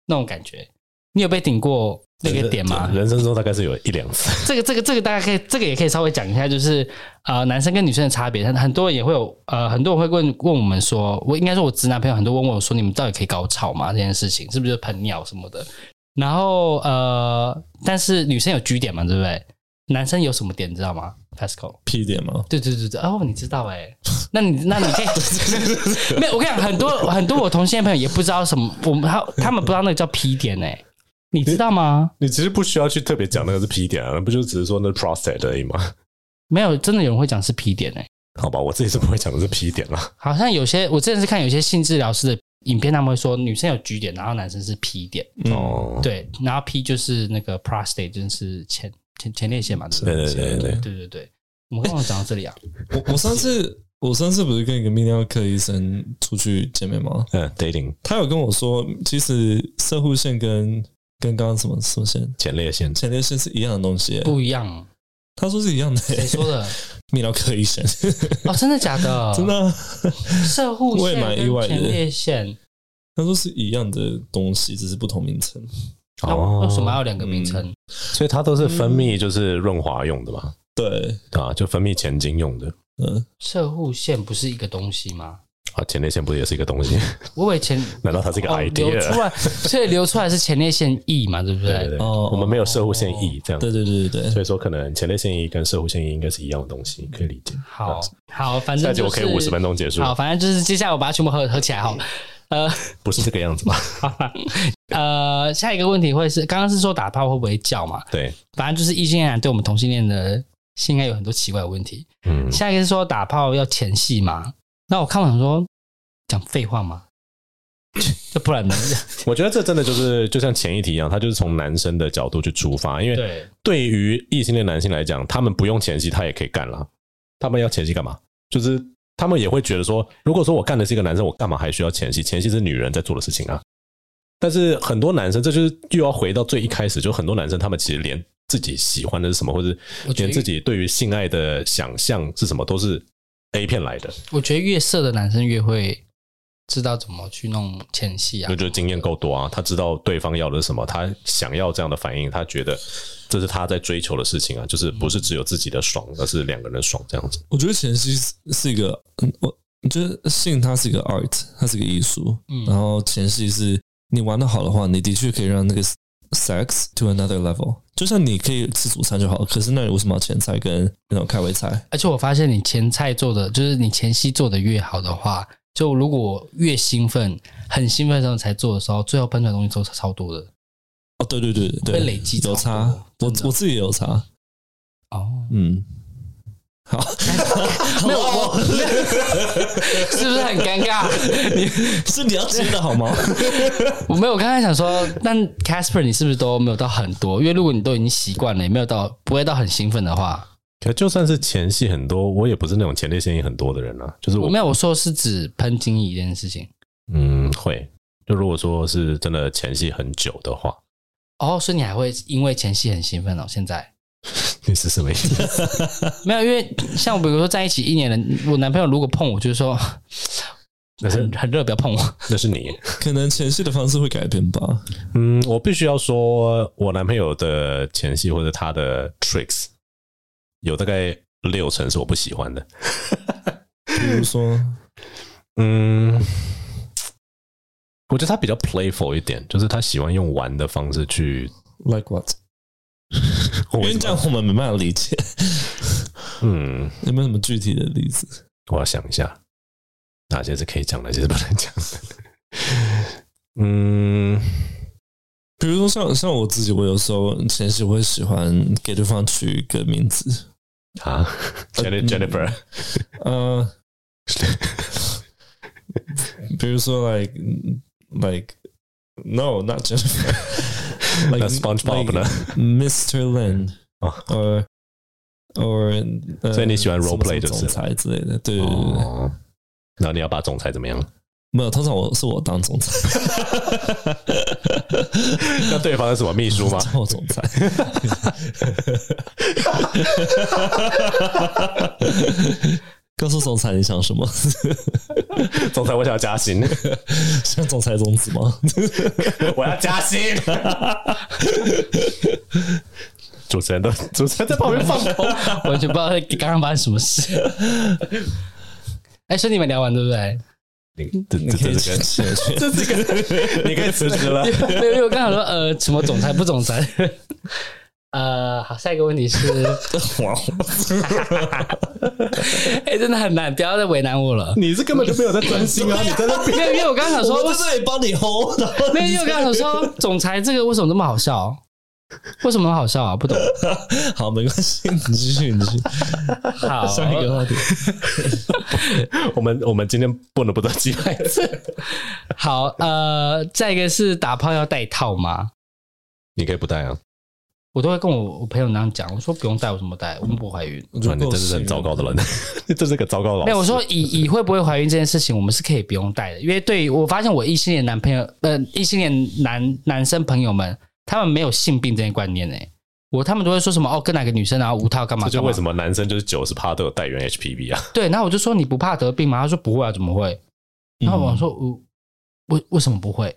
Speaker 2: 那种感觉。你有被顶过 [LAUGHS] 那个点吗？
Speaker 1: [LAUGHS] 人生中大概是有一两次。
Speaker 2: [LAUGHS] 这个这个这个大家可以，这个也可以稍微讲一下，就是呃，男生跟女生的差别。很很多人也会有呃，很多人会问问我们说，我应该说我直男朋友很多问我说，你们到底可以高潮吗？这件事情是不是就是喷尿什么的？然后呃，但是女生有 G 点嘛，对不对？男生有什么点你知道吗？Pascal。
Speaker 3: P 点吗？
Speaker 2: 对对对对，哦，你知道哎、那你那你可以， [LAUGHS] 没有，我跟你讲，很多很多我同性恋朋友也不知道什么，我们他他们不知道那个叫 P 点哎、你知道吗？
Speaker 1: 你其实不需要去特别讲那个是 P 点啊，不就只是说那 prostate 而已吗？
Speaker 2: 没有，真的有人会讲是 P 点哎、
Speaker 1: [LAUGHS] 好吧，我自己是不会讲的是 P 点啦。
Speaker 2: 好像有些我之前是看有些性治疗师的影片，他们会说女生有 G 点，然后男生是 P 点，
Speaker 1: 哦，
Speaker 2: 嗯对，然后 P 就是那个 prostate，就是前前前列腺嘛，对不
Speaker 1: 对
Speaker 2: 对
Speaker 1: 对对对，
Speaker 2: 对对对，我们刚刚讲到这里啊，
Speaker 3: 我我上次我上次不是跟一个泌尿科医生出去见面吗？
Speaker 1: 嗯，dating
Speaker 3: 他有跟我说，其实射护线跟跟刚刚什么什么线
Speaker 1: 前列腺，
Speaker 3: 前列腺是一样的东西、欸。
Speaker 2: 不一样，
Speaker 3: 他说是一样的、 [LAUGHS]
Speaker 2: 谁
Speaker 3: 欸，
Speaker 2: 说的？
Speaker 3: 泌尿科医生
Speaker 2: 哦，真的假的？
Speaker 3: [LAUGHS] 真的啊、
Speaker 2: 射护
Speaker 3: 我也
Speaker 2: 腺
Speaker 3: 蛮意外
Speaker 2: 跟
Speaker 3: 的
Speaker 2: 前列腺，
Speaker 3: 他说是一样的东西，只是不同名称。
Speaker 2: 那
Speaker 1: 哦
Speaker 2: 为什么嗯要有两个名称？
Speaker 1: 嗯所以它都是分泌，就是润滑用的嘛，
Speaker 3: 对，
Speaker 1: 对啊，就分泌前精用的。
Speaker 3: 嗯、
Speaker 2: 射护腺不是一个东西吗？
Speaker 1: 啊，前列腺不是也是一个东西？
Speaker 2: 我以
Speaker 1: [LAUGHS]
Speaker 2: 为前
Speaker 1: 难道它是一个
Speaker 2: 哦流
Speaker 1: idea？
Speaker 2: 出来，所以流出来是前列腺液嘛，对不
Speaker 1: [LAUGHS] 对对
Speaker 2: 对？
Speaker 1: 对，
Speaker 3: 哦
Speaker 1: 我们没有射护腺液这样
Speaker 3: 对
Speaker 1: 子，
Speaker 3: 对对对对，
Speaker 1: 所以说可能前列腺液跟射护腺液应该是一样的东西，可以理解。
Speaker 2: 好好，反
Speaker 1: 下
Speaker 2: 正
Speaker 1: 集我
Speaker 2: 就
Speaker 1: 可
Speaker 2: 是
Speaker 1: 以五十分钟结束，嗯
Speaker 2: 好，反正就是接下来我把它全部合合起来 [LAUGHS] 哈。呃，
Speaker 1: 不是这个样子
Speaker 3: [LAUGHS]
Speaker 1: 吧？
Speaker 2: 呃，下一个问题会是，刚刚是说打炮会不会叫嘛？
Speaker 1: 对，
Speaker 2: 反正就是异性恋男对我们同性恋的性爱有很多奇怪的问题。
Speaker 1: 嗯，
Speaker 2: 下一个是说打炮要前戏嘛？那我看完想说，讲废话 [LAUGHS] 吗？这不然呢？
Speaker 1: 我觉得这真的就是就像前一题一样，它就是从男生的角度去出发，因为
Speaker 2: [LAUGHS] 对，
Speaker 1: 对于异性恋男性来讲，他们不用前戏，他也可以干啦。他们要前戏干嘛？就是他们也会觉得说，如果说我干的是一个男生，我干嘛还需要前戏？前戏是女人在做的事情啊。但是很多男生，这就是又要回到最一开始，就很多男生他们其实连自己喜欢的是什么，或者
Speaker 2: 我觉得
Speaker 1: 连自己对于性爱的想象是什么，都是 A 片来的。
Speaker 2: 我觉得越色的男生越会知道怎么去弄前戏啊
Speaker 1: 那。就是经验够多啊，他知道对方要的是什么，他想要这样的反应，他觉得这是他在追求的事情啊，就是不是只有自己的爽，而是两个人爽这样子。
Speaker 3: 我觉得前戏是是一个，嗯，我我觉得性它是一个 art，它是一个艺术，
Speaker 2: 嗯
Speaker 3: 然后前戏是你玩的好的话，你的确可以让那个 sex to another level。就像你可以吃主餐就好，可是那你为什么要前菜跟那种开胃菜？
Speaker 2: 而且我发现你前菜做的，就是你前戏做的越好的话，就如果越兴奋，很兴奋的时候才做的时候，最后喷出来的东西都超多的
Speaker 3: 哦，对对对对，
Speaker 2: 会累积
Speaker 3: 有
Speaker 2: 超
Speaker 3: 差
Speaker 2: 多，
Speaker 3: 我
Speaker 2: 真的
Speaker 3: 我自己也有差，
Speaker 2: 哦。
Speaker 3: 嗯，好，
Speaker 2: [LAUGHS] 没有，
Speaker 3: [LAUGHS]
Speaker 2: 我是不是很尴尬？你
Speaker 3: 是你要接的好
Speaker 2: [LAUGHS]
Speaker 3: 吗？
Speaker 2: 我没有，我刚才想说，但 Casper 你是不是都没有到很多？因为如果你都已经习惯了，也没有到不会到很兴奋的话，
Speaker 1: 可就算是前戏很多，我也不是那种前列腺液很多的人啊，就是
Speaker 2: 我
Speaker 1: 我
Speaker 2: 没有我说是指喷精液这件事情。
Speaker 1: 嗯会，就如果说是真的前戏很久的话， [LAUGHS]
Speaker 2: 哦，所以你还会因为前戏很兴奋哦？现在
Speaker 1: 你是什么意思？ [LAUGHS]
Speaker 2: 没有，因为像我比如说在一起一年的，我男朋友如果碰我，就是说
Speaker 1: 那是
Speaker 2: 很很热，不要碰我。 [LAUGHS]
Speaker 1: 那是你。
Speaker 3: 可能前戏的方式会改变吧。
Speaker 1: 嗯，我必须要说，我男朋友的前戏或者他的 tricks 有大概六成是我不喜欢的。
Speaker 3: 比如说，
Speaker 1: 嗯，我觉得他比较 playful 一点，就是他喜欢用玩的方式
Speaker 2: [LAUGHS]
Speaker 1: 去。
Speaker 3: Like what？
Speaker 1: 我
Speaker 3: 因为这样我们没办法理解，
Speaker 1: 嗯，
Speaker 3: 有没有什么具体的例子？
Speaker 1: 我要想一下，哪些是可以讲，哪些是不能讲的。嗯，
Speaker 3: 比如说像像我自己，我有时候前戏我会喜欢给对方取一个名字，
Speaker 1: 啊，Jennifer [LAUGHS] Jennifer，
Speaker 3: 呃， [LAUGHS] 比如说 like like no not Jennifer， [LAUGHS]
Speaker 1: 那
Speaker 3: like
Speaker 1: SpongeBob 呢
Speaker 3: Mr. Lin
Speaker 1: 哦
Speaker 3: or or 呃
Speaker 1: 所以你喜欢
Speaker 3: 什么
Speaker 1: role play
Speaker 3: 什
Speaker 1: 就
Speaker 3: 么
Speaker 1: 是
Speaker 3: 总裁之类的，对对对对，
Speaker 1: 哦，然后你要把总裁怎么样？
Speaker 3: 没有，通常我是我当总裁，
Speaker 1: [LAUGHS] 那对方是什么秘 [LAUGHS] 书吗？
Speaker 3: 叫我总裁， [LAUGHS] 告诉总裁你想什么？ [LAUGHS]
Speaker 1: 总裁，我想要加薪，
Speaker 3: 像总裁宗旨吗？
Speaker 1: 我要加薪。 [LAUGHS] 主持人都主持人在旁边放空，
Speaker 2: 完全不知道刚刚发生什么事。 [LAUGHS] 哎、所以你们聊完对不对？
Speaker 1: 你这
Speaker 3: 你可
Speaker 1: 这
Speaker 3: 以
Speaker 1: 这是
Speaker 3: 去
Speaker 1: 个
Speaker 3: 去去
Speaker 1: 这是个，你可以辞职了。
Speaker 2: 没有，因为我刚想说，呃，什么总裁不总裁？ [LAUGHS] 呃，好，下一个问题是， [LAUGHS]
Speaker 3: 哇！
Speaker 2: 哎、真的很难，不要再为难我了。
Speaker 1: 你是根本就没有在专心啊！你在那
Speaker 2: 因为因为我刚想说
Speaker 3: [LAUGHS] 我，在这里帮你 [LAUGHS] hold，然后
Speaker 2: 没有，因为我刚想说，总裁这个为什么这么好笑？为什么好笑啊？不懂。
Speaker 3: 好，没关系，你继续，你继续。
Speaker 2: [LAUGHS] 好，
Speaker 3: 下一个话题，
Speaker 1: 我们我们今天不能不断击败。
Speaker 2: 好，呃，再一个是打炮要戴套吗？
Speaker 1: [LAUGHS] 你可以不带啊，
Speaker 2: 我都会跟我我朋友那样讲，我说不用戴，我怎么戴？我们不怀孕。
Speaker 3: 我
Speaker 1: 哇你真的是很糟糕的
Speaker 3: 嗯
Speaker 1: 人， [LAUGHS] 你真哦是个糟糕的老师。
Speaker 2: 没有，我说以以会不会怀孕这件事情，我们是可以不用带的，因为对于我发现我异性恋男朋友，呃，异性恋男男生朋友们，他们没有性病这些观念诶、欸我他们都会说什么哦，跟哪个女生然后无套干嘛
Speaker 1: 这就
Speaker 2: 干嘛
Speaker 1: 为什？么男生就是九十趴都有带源 HPV 啊，
Speaker 2: 对，然后我就说你不
Speaker 1: 嗯
Speaker 2: 呃怕得病吗？他说不会啊，怎么会？然后我说我为为什么不会？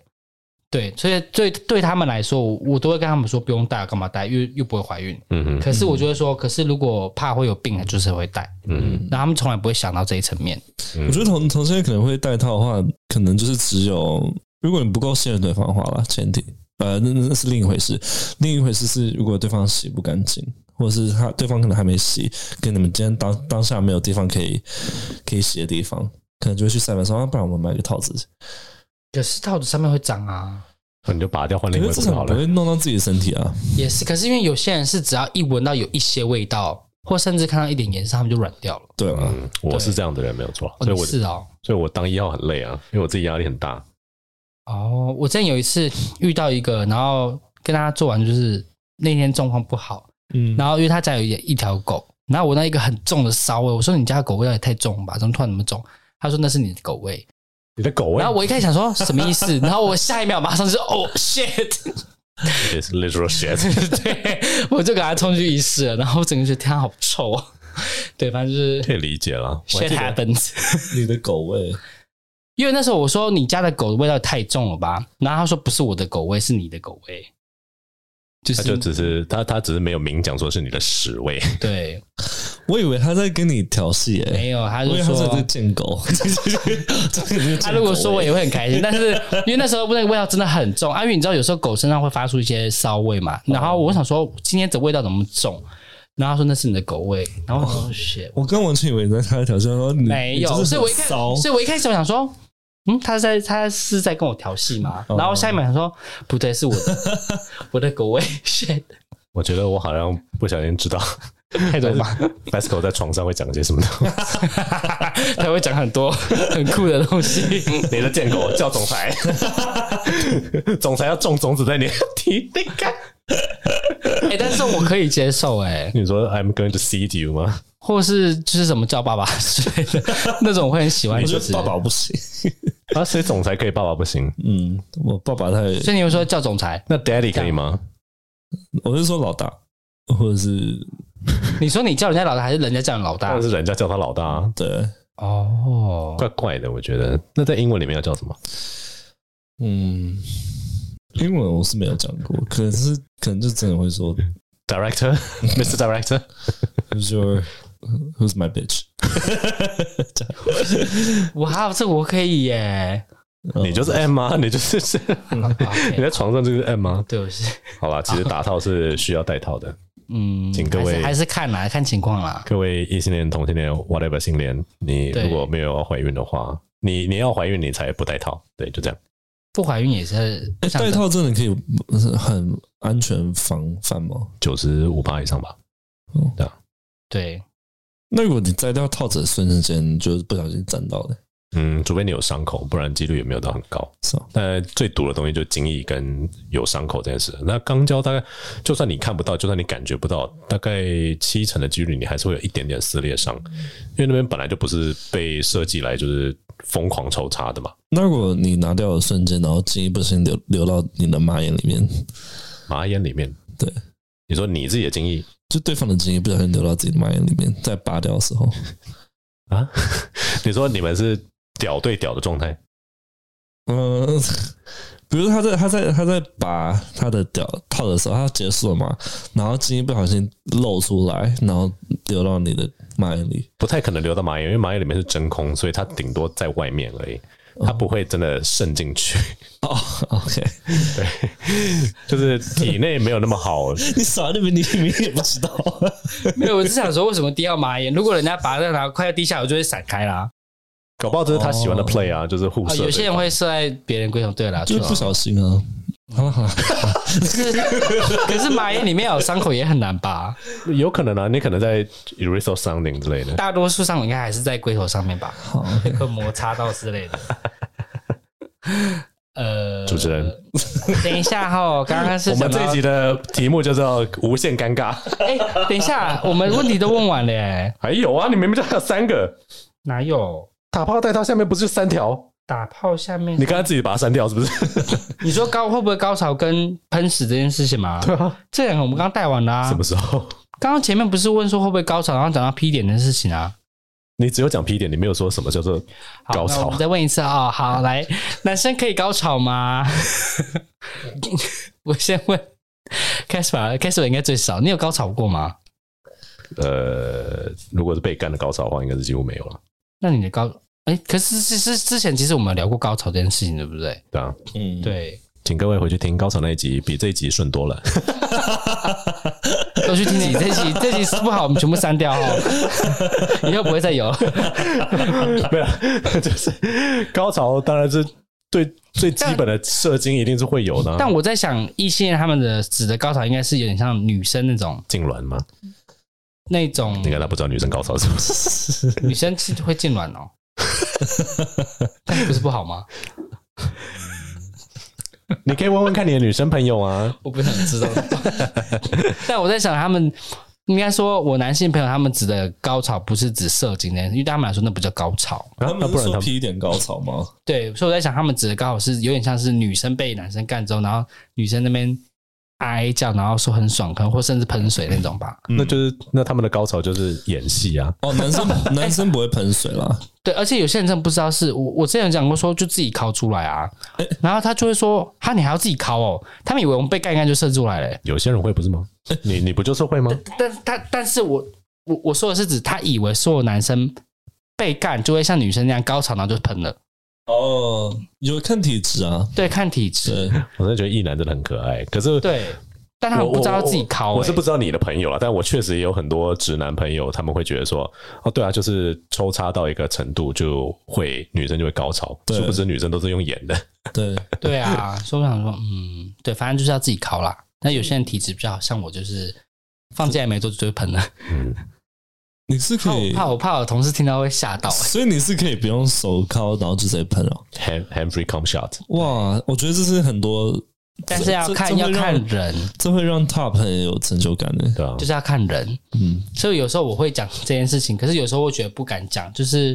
Speaker 2: 对，所以对对他们来说，我我都会跟他们说不用带，干嘛带，又又不会怀孕。
Speaker 1: 嗯哼，
Speaker 2: 可是我就会说，可是如果怕会有病，就是会带。
Speaker 1: 嗯
Speaker 2: 那他们从来不会想到这一层面。
Speaker 3: 我觉得同同性恋可能会戴套的话，可能就是只有如果你不够信任对方的话啦，前提呃，那那那是另一回事。另一回事是，如果对方洗不干净，或者是他对方可能还没洗，跟你们今天当当下没有地方可以可以洗的地方，可能就会去塞班说，啊，不然我们买个套子，
Speaker 2: 可是套子上面会长啊，
Speaker 1: 那嗯你就拔掉换
Speaker 3: 可
Speaker 1: 另外
Speaker 3: 是
Speaker 1: 一
Speaker 3: 至
Speaker 1: 个
Speaker 3: 少
Speaker 1: 好
Speaker 3: 不
Speaker 1: 了。
Speaker 3: 会弄到自己的身体啊。
Speaker 2: 也是。可是因为有些人是只要一闻到有一些味道，或甚至看到一点颜色，他们就软掉了。
Speaker 3: 对啊，
Speaker 1: 嗯，我是这样的人，没有错，
Speaker 2: 哦
Speaker 1: 所以
Speaker 2: 你
Speaker 1: 我
Speaker 2: 是哦，
Speaker 1: 所以我当一号很累啊，因为我自己压力很大。
Speaker 2: 哦，我之前有一次 [SNIFFS] 遇到一个，然后跟他做完，就是那天状况不好，
Speaker 3: 嗯，
Speaker 2: 然后因为他家有一一条狗，然后我那一个很重的骚味，我说你家狗味道也太重了吧，怎么突然那么重？他说那是你的狗味，
Speaker 1: 你的狗哎味 [LAUGHS]
Speaker 2: 然后我一开始想说什么意思，然后我下一秒马上就哦 shit， [LAUGHS]
Speaker 1: 也是 literal shit。 [LAUGHS]
Speaker 2: 对，我就给他冲去浴室了，然后我整个觉得天啊好臭哦，对，反正就是
Speaker 1: 可以理解啦，我还
Speaker 2: shit
Speaker 1: 记得
Speaker 2: happens。 [LAUGHS]
Speaker 3: 你的狗味，
Speaker 2: 因为那时候我说你家的狗的味道太重了吧，然后他说不是我的狗味，是你的狗味，就
Speaker 1: 他
Speaker 2: 是
Speaker 1: 就只是他他只是没有明讲说是你的屎味， [LAUGHS]
Speaker 2: 对，
Speaker 3: 我以为他在跟你调戏诶、
Speaker 2: 没有，他
Speaker 3: 我
Speaker 2: 就
Speaker 3: 以为他是在
Speaker 2: 说啊 [LAUGHS]
Speaker 3: 贱狗，
Speaker 2: 他
Speaker 3: 他
Speaker 2: 如果说我也会很开心，但 [LAUGHS] 是因为那时候那个味道真的很重，啊，因为你知道有时候狗身上会发出一些骚味嘛，然后我想说今天这味道怎么重，然后他说那是你的狗味，然后我说 shit，
Speaker 3: 我刚完全以为你在他挑战说哦你
Speaker 2: 没有，
Speaker 3: 你就是
Speaker 2: 所以
Speaker 3: 很
Speaker 2: 我一开，
Speaker 3: 骚
Speaker 2: 所以我一开始我想说。嗯，他是在他是在跟我调戏嘛，然后下一秒想说不对，是我的
Speaker 3: [LAUGHS]
Speaker 2: 我的狗味 shit，
Speaker 1: 我觉得我好像不小心知道 [LAUGHS]
Speaker 2: 太多吧，
Speaker 1: Basco 在床上会讲些什么的。
Speaker 2: [LAUGHS] 他会讲很多很酷的东西。
Speaker 1: 你的贱狗叫总裁， [LAUGHS] 总裁要种种子在你的体内。
Speaker 2: 哎、但是我可以接受哎、
Speaker 1: [LAUGHS] 你说 I'm going to seed you 吗？
Speaker 2: 或是就是什么叫爸爸 [LAUGHS] 之类的那种，我会很喜欢。
Speaker 3: 我觉
Speaker 2: 就
Speaker 3: 得
Speaker 2: 是
Speaker 3: 爸，爸不行。
Speaker 1: 啊，所以总裁可以，爸爸不行。
Speaker 3: [LAUGHS] 嗯，我爸爸太，
Speaker 2: 所以你会说叫总裁？
Speaker 1: 那 Daddy 可以吗？
Speaker 3: 我是说老大，或者是
Speaker 2: 你说你叫人家老大，还是人家叫你老
Speaker 1: 当
Speaker 2: 大
Speaker 1: 然？是人家叫他老大啊，
Speaker 3: 对，
Speaker 2: 哦，
Speaker 1: 怪怪的。我觉得那在英文里面要叫什么？
Speaker 3: 嗯，英文我是没有讲过，可能是可能就真的会说
Speaker 2: [LAUGHS]
Speaker 1: Director, Mr. Director，
Speaker 3: Who's your Who's my bitch？
Speaker 2: 哇，这我可以耶！嗯
Speaker 3: 嗯
Speaker 1: 你就是 M 吗？你就是是
Speaker 2: [LAUGHS]
Speaker 1: 你
Speaker 2: OK
Speaker 1: 在床上就是 M 吗？
Speaker 2: 对，我是
Speaker 1: 好啦，其
Speaker 2: 啊
Speaker 1: 实打套是需要带套的。
Speaker 2: 嗯，
Speaker 1: 请各
Speaker 2: 还是
Speaker 1: 位
Speaker 2: 还是看啦，看情况啦。
Speaker 1: 各位异性恋、同性恋、whatever 性恋，你
Speaker 2: 对
Speaker 1: 如果没有要怀孕的话，你你要怀孕你才不戴套，对，就这样。
Speaker 2: 不怀孕也是
Speaker 3: 诶
Speaker 2: 像
Speaker 3: 哎戴套真的可以很安全防范吗？
Speaker 1: 九十五趴以上吧，
Speaker 2: 对，
Speaker 3: 那如果你摘掉套子的瞬间，就是不小心沾到的，
Speaker 1: 嗯，除非你有伤口，不然几率也没有到很高。
Speaker 3: 是吧？
Speaker 1: 但最毒的东西就精液跟有伤口这件事。那肛交大概，就算你看不到，就算你感觉不到，大概七成的几率你还是会有一点点撕裂伤，因为那边本来就不是被设计来就是疯狂抽插的嘛。
Speaker 3: 那如果你拿掉的瞬间，然后进一步性流流到你的马眼里面，
Speaker 1: 马眼里面，
Speaker 3: 对，
Speaker 1: 你说你自己的精液
Speaker 3: 就对方的精液不小心流到自己的马眼里面，在拔掉的时候，
Speaker 1: 啊，你说你们是屌对屌的状态。
Speaker 3: 嗯，比如说他在他在他在把他的屌套的时候，他结束了嘛，然后精液不小心露出来，然后流到你的马眼里，
Speaker 1: 不太可能流到马眼，因为马眼里面是真空，所以它顶多在外面而已，
Speaker 2: 哦
Speaker 1: 它不会真的渗进去。
Speaker 3: 哦，OK，
Speaker 1: 就是体内没有那么好，
Speaker 3: [LAUGHS] 你傻那边你明明也不知道，
Speaker 2: 没有，我只想说为什么滴到马眼？如果人家拔掉，然后快要滴下来，我就会闪开啦。
Speaker 1: 搞不好这是他喜欢的 play 啊，就是互
Speaker 2: 啊，
Speaker 1: 射的。
Speaker 2: 有些人会射在别人龟头，对啦，
Speaker 3: [LAUGHS] 就是不小心啊。好了好了，
Speaker 2: 可是 [LAUGHS] 可是马眼里面有伤口也很难拔。
Speaker 1: 有可能啊，你可能在 erasal sounding 之类的。
Speaker 2: 大多数上应该还是在龟头上面吧，
Speaker 3: 好，
Speaker 2: 会摩擦到之类的。呃，
Speaker 1: [LAUGHS] 主持人，
Speaker 2: 等一下哈，刚刚是
Speaker 1: 我们这一集
Speaker 2: 集，
Speaker 1: 的题目就叫无限尴 [LAUGHS] 尬。
Speaker 2: 哎、等一下，我们问题都问完了、哎，
Speaker 1: 还有啊，你明明就还有三个
Speaker 2: 哪有
Speaker 1: 打炮带套，下面不是三条？
Speaker 2: 打炮下面？
Speaker 1: 你
Speaker 2: 你
Speaker 1: 刚刚自己把它删掉是不是？
Speaker 2: 你说高会不会高潮跟喷屎这件事情吗？
Speaker 1: 对啊，
Speaker 2: 这两个我们刚刚带完啦、
Speaker 1: [LAUGHS] 什么时候？
Speaker 2: 刚刚前面不是问说会不会高潮，然后讲到 P 点的事情啊？
Speaker 1: 你只有讲 P 点，你没有说什么叫做
Speaker 2: 好
Speaker 1: 高
Speaker 2: 那
Speaker 1: 潮
Speaker 2: 我们。再问一次啊、哦，好，来，男生可以高潮吗？ [LAUGHS] 我先问 Casper，Casper 应该最少，你有高潮过吗？
Speaker 1: 呃，如果是被干的高潮的话，应该是几乎没有了，
Speaker 2: 那你的高，哎、可是是是之前其实我们有聊过高潮这件事情，对不对？
Speaker 1: 对啊。
Speaker 3: 嗯，
Speaker 2: 对，
Speaker 1: 请各位回去听高潮那一集，比这一集顺多了。
Speaker 2: 都去听你这集， [LAUGHS] 这集是不好，我们全部删掉哦， [LAUGHS] 以后不会再有。
Speaker 1: [LAUGHS] 没有， [LAUGHS] 就是高潮当然是最最基本的射精一定是会有的、啊，
Speaker 2: 但我在想，异性恋他们的指的高潮应该是有点像女生那种
Speaker 1: 痉挛吗？
Speaker 2: 那种
Speaker 1: 你看他不知道女生高潮是不是？
Speaker 2: 女生是会痉挛 [LAUGHS] 哦，但不是不好吗？
Speaker 1: 你可以问问看你的女生朋友啊。
Speaker 2: 我不想知道。 [LAUGHS] 但我在想，他们应该说，我男性朋友他们指的高潮不是指射精的，因为对他们来说那不叫高潮。
Speaker 1: 啊
Speaker 3: 他
Speaker 1: 那
Speaker 3: 们
Speaker 1: 不
Speaker 3: 不
Speaker 1: 然
Speaker 3: 是
Speaker 1: 他
Speaker 3: 说
Speaker 1: 们
Speaker 3: P 一点高潮吗？
Speaker 2: 对，所以我在想，他们指的高潮是有点像是女生被男生干之后，然后女生那边哀叫，然后说很爽，可能或甚至喷水那种吧。
Speaker 1: 那就是那他们的高潮就是演戏啊，
Speaker 3: 哦，男生 [LAUGHS] 男生不会喷水啦，
Speaker 2: 对，而且有些人真的不知道是我，我之前有讲过说，就自己烤出来
Speaker 1: [LAUGHS]
Speaker 2: 啊，然后他就会说，哈，你还要自己烤哦，他们以为我们被干一干就射出来了欸、
Speaker 1: 有些人会不是吗？你你不就是会吗？
Speaker 2: 但他但是我我我说的是指他以为所有男生被干就会像女生那样高潮，然后就喷了。
Speaker 3: 哦，有看体质啊，
Speaker 2: 对，看体质，
Speaker 3: 对，
Speaker 1: 我真的觉得异男真的很可爱，可是
Speaker 2: 对，但他
Speaker 1: 我
Speaker 2: 们不知道自己
Speaker 1: 我
Speaker 2: 考、
Speaker 1: 我我是不
Speaker 2: 欸
Speaker 1: 知道你的朋友了，但我确实也有很多直男朋友，他们会觉得说，哦，对啊，就是抽插到一个程度就会女生就会高潮，
Speaker 3: 对
Speaker 1: 殊不知女生都是用演的。
Speaker 3: 对，
Speaker 2: 对啊，所以我想 [LAUGHS] 说，嗯，对，反正就是要自己考啦。那有些人体质比较好，像我就是放假也没多久就会喷了，
Speaker 1: 嗯，
Speaker 3: 你是
Speaker 2: 怕
Speaker 3: 可
Speaker 2: 我 [LAUGHS]
Speaker 3: 以，
Speaker 2: 怕我怕我同事听到会吓
Speaker 3: [LAUGHS]
Speaker 2: 到、欸。
Speaker 3: 所以你是可以不用手铐，然后就直接喷哦。
Speaker 1: hand hand free come shot，
Speaker 3: 哇，我觉得这是很多，
Speaker 2: 但是要
Speaker 3: 这
Speaker 2: 看
Speaker 3: 这
Speaker 2: 要
Speaker 3: 会让
Speaker 2: 看人，
Speaker 3: 这会让 top 很有成就感的。
Speaker 1: 对啊
Speaker 2: 就，是要看人。
Speaker 3: 嗯，
Speaker 2: 所以有时候我会讲这件事情，可是有时候我觉得不敢讲，就是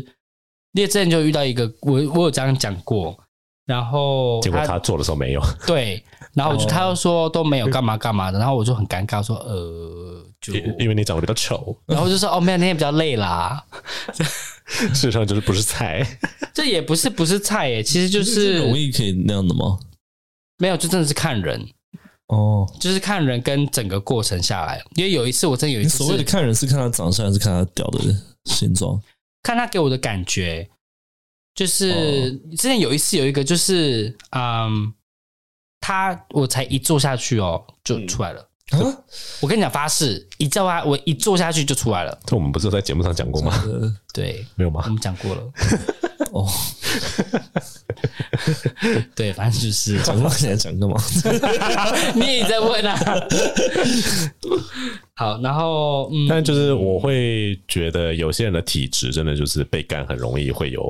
Speaker 2: 因为之前就遇到一个我我有这样讲过，然后
Speaker 1: 结果他做的时候没有，
Speaker 2: 对，然后我就、
Speaker 3: 哦
Speaker 2: 他又说都没有干嘛干嘛的，然后我就很尴尬说呃就，
Speaker 1: 因因为你长得比较丑，
Speaker 2: 然后就说哦没有那天比较累啦， [LAUGHS]
Speaker 1: 事实上就是不是菜。 [LAUGHS]
Speaker 2: 这也不是不是菜耶，其实就
Speaker 3: 这容
Speaker 2: 是
Speaker 3: 易可以那样的吗？
Speaker 2: 没有，就真的是看人，
Speaker 3: 哦，
Speaker 2: 就是看人跟整个过程下来，因为有一次我真的有一
Speaker 3: 你
Speaker 2: 次
Speaker 3: 所谓的
Speaker 2: 是
Speaker 3: 看人是看他长相，还是看他屌的形状？
Speaker 2: 看他给我的感觉，就是、
Speaker 3: 哦
Speaker 2: 之前有一次有一个就是嗯，他我才一坐下去哦就出来了。
Speaker 3: 啊，
Speaker 2: 我跟你讲，发誓，一叫他，我一坐下去就出来了。
Speaker 1: 这我们不是在节目上讲过吗？
Speaker 2: 啊
Speaker 3: 呃
Speaker 2: 对，
Speaker 1: 没有
Speaker 2: 我
Speaker 1: 吗？
Speaker 2: 们讲
Speaker 3: [LAUGHS]
Speaker 2: 过了。
Speaker 3: 哦，
Speaker 2: 对，反正就是 [LAUGHS]
Speaker 3: 讲话现在讲 [LAUGHS] 干嘛？
Speaker 2: 你也在问啊。 [LAUGHS] 好，然后嗯，
Speaker 1: 但就是我会觉得有些人的体质真的就是被干很容易会有。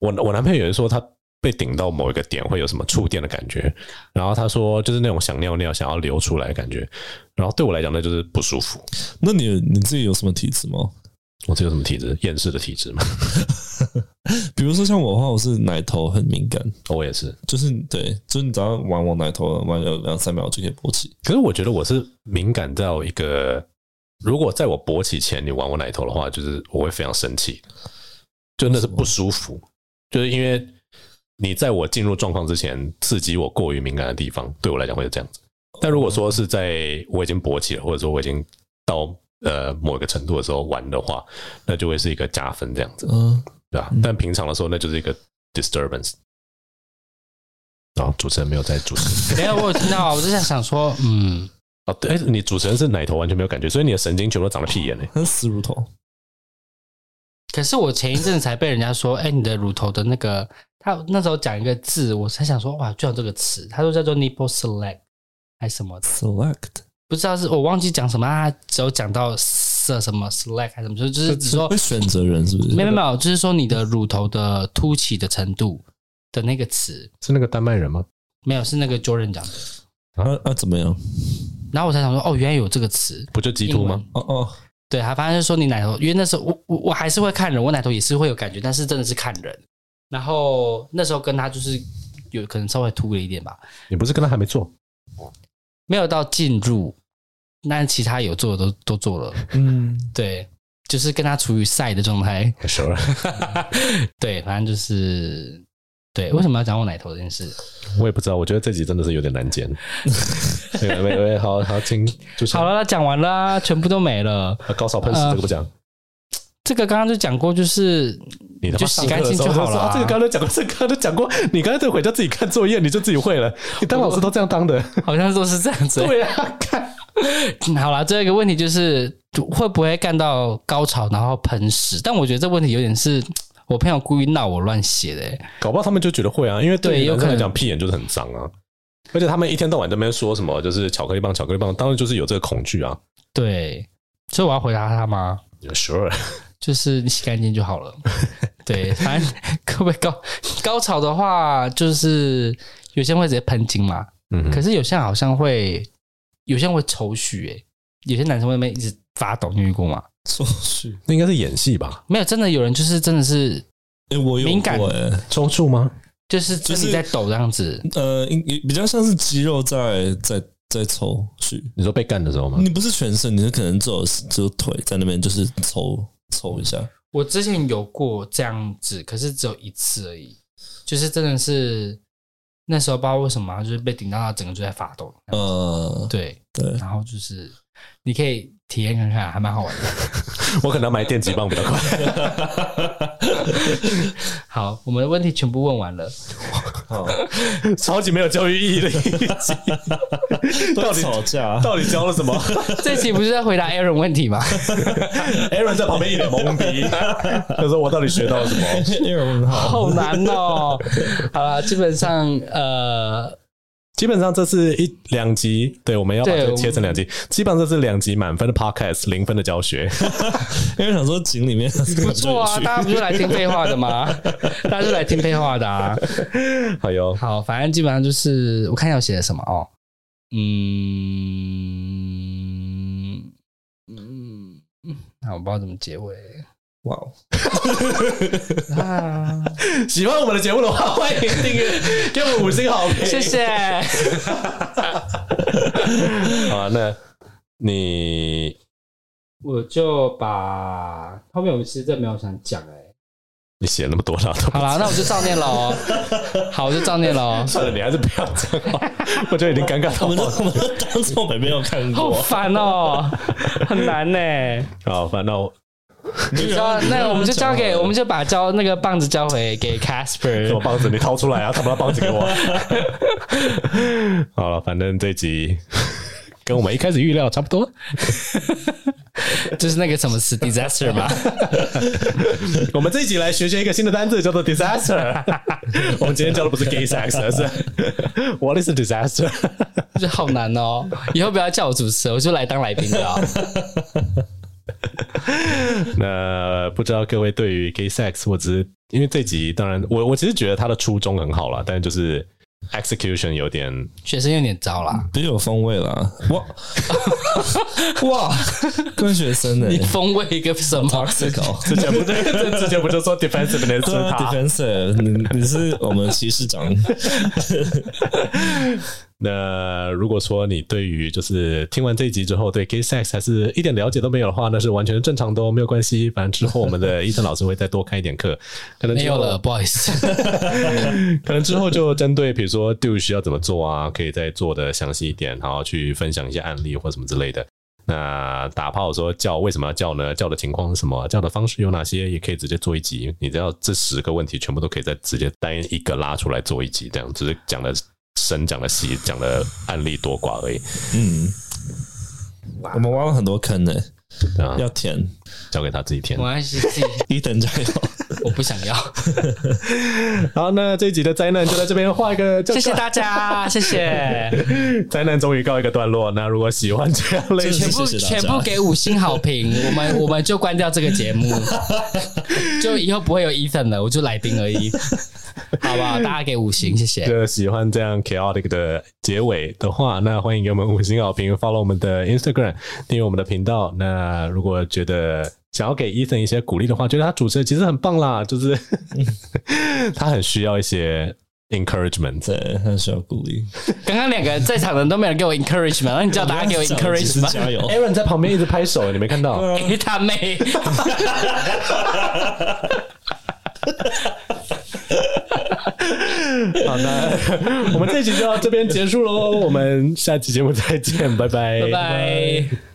Speaker 1: 我我男朋友也是说他被顶到某一个点会有什么触电的感觉，然后他说就是那种想尿尿想要流出来的感觉，然后对我来讲那就是不舒服。
Speaker 3: 那你你自己有什么体质吗？
Speaker 1: 我这有什么体质？厌世的体质吗？ [LAUGHS]
Speaker 3: 比如说像我的话，我是奶头很敏感，
Speaker 1: 我也是。
Speaker 3: 就是对，就是你只要玩我奶头玩有两三秒就可以勃起。
Speaker 1: 可是我觉得我是敏感到一个，如果在我勃起前你玩我奶头的话，就是我会非常生气，真的是不舒服，就是因为你在我进入状况之前刺激我过于敏感的地方，对我来讲会是这样子。但如果说是在我已经勃起了，或者说我已经到呃某一个程度的时候玩的话，那就会是一个加分这样子，
Speaker 3: 嗯，
Speaker 1: 对吧、但平常的时候，那就是一个 disturbance。然后主持人没有在主持。
Speaker 2: 没有，我有听到啊，我就在想说，嗯，
Speaker 1: 哦，对，哎你主持人是奶头完全没有感觉，所以你的神经全部都长了屁眼嘞。
Speaker 3: 很死乳头。
Speaker 2: 可是我前一阵子才被人家说，哎、你的乳头的那个，他那时候讲一个字，我才想说，哇，居然有这个词，他说叫做 nipple select 还是什么的，
Speaker 3: Select
Speaker 2: 不知道是我忘记讲什么，他只有讲到色什么 select 还是什么，就就是只说
Speaker 3: 会选择人是不是？
Speaker 2: 没有没有，就是说你的乳头的凸起的程度的那个词，
Speaker 1: 是那个丹麦人吗？
Speaker 2: 没有是那个 Jordan 讲的。
Speaker 3: 啊啊，怎么样？
Speaker 2: 然后我才想说，哦，原来有这个词，
Speaker 1: 不就鸡突
Speaker 2: 英
Speaker 1: 吗
Speaker 2: 文？？
Speaker 3: 哦哦，
Speaker 2: 对，他反正就说你奶头，因为那时候我我我还是会看人，我奶头也是会有感觉，但是真的是看人。然后那时候跟他就是有可能稍微突了一点吧，
Speaker 1: 你不是跟他还没 [LAUGHS] 做？
Speaker 2: 没有到进入，但其他有做的都都做了。
Speaker 3: 嗯，
Speaker 2: 对，就是跟他处于赛的状态。
Speaker 1: 熟了，
Speaker 2: 对，反正就是对。为什么要讲我奶头这件事？
Speaker 1: 我也不知道，我觉得这集真的是有点难 [LAUGHS] 剪。对没没，好好听，就是
Speaker 2: 好，了，那讲完啦，全部都没了。
Speaker 1: 啊高潮喷屎这个不讲，
Speaker 2: 这个刚刚就讲过，就是
Speaker 1: 你他妈
Speaker 2: 就洗干净就好了啊
Speaker 1: 啊这个刚才讲过，这个刚才讲过，你刚才在回家自己看作业，你就自己会了，你当老师都这样当的。
Speaker 2: 好像都是这样子。
Speaker 1: 对啊，看
Speaker 2: 嗯 [LAUGHS] 好啦，最后一个问题就是会不会干到高潮然后喷屎？但我觉得这问题有点是我朋友故意闹我乱写的、欸。
Speaker 1: [LAUGHS] 搞不好他们就觉得会啊，因为对
Speaker 2: 对
Speaker 1: 于
Speaker 2: 有
Speaker 1: 男
Speaker 2: 可
Speaker 1: 生
Speaker 2: 能
Speaker 1: 来讲，屁眼就是很脏啊。而且他们一天到晚在那边说什么，就是巧克力棒、巧克力棒，当然就是有这个恐惧啊。
Speaker 2: 对，所以我要回答他吗？
Speaker 1: Sure，
Speaker 2: 就是你洗干净就
Speaker 1: [LAUGHS]
Speaker 2: 好了。对，反正 [LAUGHS] 各位高高潮的话，就是有些人会直接喷精嘛，
Speaker 1: 嗯
Speaker 2: 可
Speaker 1: 哼，
Speaker 2: 是有些人好像会，有些人会抽搐、欸，有些男生会那边一直发抖，你遇过吗？
Speaker 3: 抽搐，
Speaker 1: 那应该是演戏吧？
Speaker 2: 没有，真的有人就是真的是
Speaker 3: 哎、我有
Speaker 2: 敏感
Speaker 3: 过哎、
Speaker 1: 抽搐吗？
Speaker 2: 就是
Speaker 3: 就
Speaker 2: 就是是在抖这样子，
Speaker 3: 呃，应比较像是肌肉在在在抽搐，
Speaker 1: 你说被干的时候吗？
Speaker 3: 你不是全身，你是可能只有只有腿在那边就是抽抽一下，
Speaker 2: 我之前有过这样子，可是只有一次而已，就是真的是那时候不知道为什么，啊就是被顶到，他整个就在发抖。
Speaker 3: 呃，
Speaker 2: 对，
Speaker 3: 对，
Speaker 2: 然后就是你可以体验看看，还蛮好玩的。
Speaker 1: 我可能要买电击棒比较快。 [LAUGHS]
Speaker 2: 好，我们的问题全部问完了，
Speaker 3: 好，
Speaker 1: 超级没有教育意义的一集，到
Speaker 3: 到
Speaker 1: 底
Speaker 3: 吵架，
Speaker 1: 到底教了什 [LAUGHS] 么
Speaker 2: 这期不是在回答 Aaron 问题吗？
Speaker 1: ？Aaron 在旁边一脸懵逼，他说我到底学到了什么？
Speaker 3: [LAUGHS] 因为我们好，
Speaker 2: 好难哦。好了，基本上呃，
Speaker 1: [LAUGHS] 基本上这是一两集，对，我们要把
Speaker 2: 对
Speaker 1: 这个
Speaker 2: 我
Speaker 1: 切成两集。基本上这是两集满分的 podcast，零分的教学。
Speaker 3: 因为想说井里面 [LAUGHS] 不
Speaker 2: 不错啊，大家不是来听废话的吗？大家是来听废话的啊。
Speaker 1: 好哟，
Speaker 2: 好，反正基本上就是我看一下我写的什么哦。嗯嗯嗯，那我不知道怎么结尾
Speaker 3: 哇哦，
Speaker 2: [LAUGHS]
Speaker 3: [LAUGHS]
Speaker 2: 啊。
Speaker 1: [LAUGHS] 喜欢我们的节目的 [LAUGHS] 话，欢迎订阅，给我们五星好评。
Speaker 2: 谢谢。
Speaker 1: 好啊，那你
Speaker 2: [LAUGHS] 我就把后面我们其实真的没有想讲哎、
Speaker 1: 你写那么多了， [LAUGHS]
Speaker 2: 好啦，那我就照念了 [LAUGHS] 哦。好，我就照念了 [LAUGHS] 哦。
Speaker 1: 算了，你还是不要讲 [LAUGHS] 了，我觉得已经尴尬
Speaker 3: 我
Speaker 1: 到
Speaker 3: 们都
Speaker 1: 爆
Speaker 3: 我们都当做我们没有看
Speaker 2: 好
Speaker 3: 过，
Speaker 2: 烦 [LAUGHS] 哦，很难呢、
Speaker 1: 好，反正我
Speaker 3: 你
Speaker 2: 你知道，那我们就
Speaker 3: 啊
Speaker 2: 交给，我们就把交那个棒子交回给 Casper
Speaker 1: 什
Speaker 2: [LAUGHS]
Speaker 1: 么。棒子你掏出来啊，他把棒子给 [LAUGHS] 我。好了，反正这集跟我们一开始预料差不多。
Speaker 2: 就是那个什么词 disaster 吧。
Speaker 1: 我们这一集来学学一个新的单字，叫做 [LAUGHS] disaster。我们今天教的不是 gay sex，而是 what is a disaster？
Speaker 2: [LAUGHS] 就好难哦。以后不要叫我主持人，我就来当来宾的、 [LAUGHS] 哦。
Speaker 1: [LAUGHS] 那不知道各位对于 gay sex，或者是因为这集，当然我我其实觉得他的初衷很好啦，但是就是 execution 有点
Speaker 2: 学生有点糟 [LAUGHS] 啦，
Speaker 3: 别有风味啦，
Speaker 2: [LAUGHS]
Speaker 3: 哇哇，跟学生欸呢、
Speaker 2: 你风味一个什么？
Speaker 3: toxic 哦。
Speaker 1: 之前不就之前不就说 defensiveness [LAUGHS]
Speaker 3: 对
Speaker 1: 是
Speaker 3: 啊
Speaker 1: 他？
Speaker 3: ，defensive，你你是我们骑
Speaker 2: [LAUGHS]
Speaker 3: 士长，
Speaker 1: 那如果说你对于就是听完这一集之后对 gay sex 还是一点了解都没有的话，那是完全正常的哦，没有关系。反正之后我们的医生老师会再多开一点
Speaker 2: [LAUGHS]
Speaker 1: 课，可能
Speaker 2: 没
Speaker 1: 之
Speaker 2: 有
Speaker 1: 后
Speaker 2: 了，不好意思。
Speaker 1: [LAUGHS] 可能之后就针对比如说 douche 要怎么做啊，可以再做的详细一点，然后去分享一些案例或什么之类的。那打炮说叫为什么要叫呢？叫的情况是什么？叫的方式有哪些？也可以直接做一集。你只要这十个问题全部都可以再直接单一个拉出来做一集，这样只是讲的深、讲的细、讲的案例多寡而已。
Speaker 3: 嗯，我们挖了很多坑呢、
Speaker 1: 啊，
Speaker 3: 要填，
Speaker 1: 交给他自己填
Speaker 2: 没。关系，自己
Speaker 3: 一等加油， [LAUGHS]
Speaker 2: 我不想要。
Speaker 1: 好，那这一集的灾难就在这边画一 [LAUGHS] 个，
Speaker 2: [LAUGHS] 谢谢大家，谢 [LAUGHS] 谢，
Speaker 1: 灾难终于告一个段落。那如果喜欢这样类
Speaker 3: 这是
Speaker 1: 型，
Speaker 2: 全部
Speaker 3: 谢谢大家
Speaker 2: 全部给五星好评，我们我们就关掉这个节 [LAUGHS] 目，就以后不会有 Ethan 了，我就来宾而已，好不 [LAUGHS] 好？大家给五星，谢谢。
Speaker 1: 就喜欢这样 chaotic 的结尾的话，那欢迎给我们五星好评，follow 我们的 Instagram，订阅我们的频道。那如果觉得想要给 Ethan 一 [LAUGHS] 些鼓励的话，觉得他主持的其实很棒啦，就是他很需要一些 encouragement。
Speaker 3: 对，很呃需要鼓励。
Speaker 2: 刚刚两个在场的人都没有人给我 encourage 嘛，那你叫大家给我 encourage 嘛？
Speaker 3: 加油！
Speaker 1: Aaron 在旁边一直拍手，你没看到？
Speaker 2: [LAUGHS] 给他妹！
Speaker 1: 好的， [LAUGHS] 我们这集就到这边结束喽，我们下期节目再见，拜拜，
Speaker 2: 拜拜。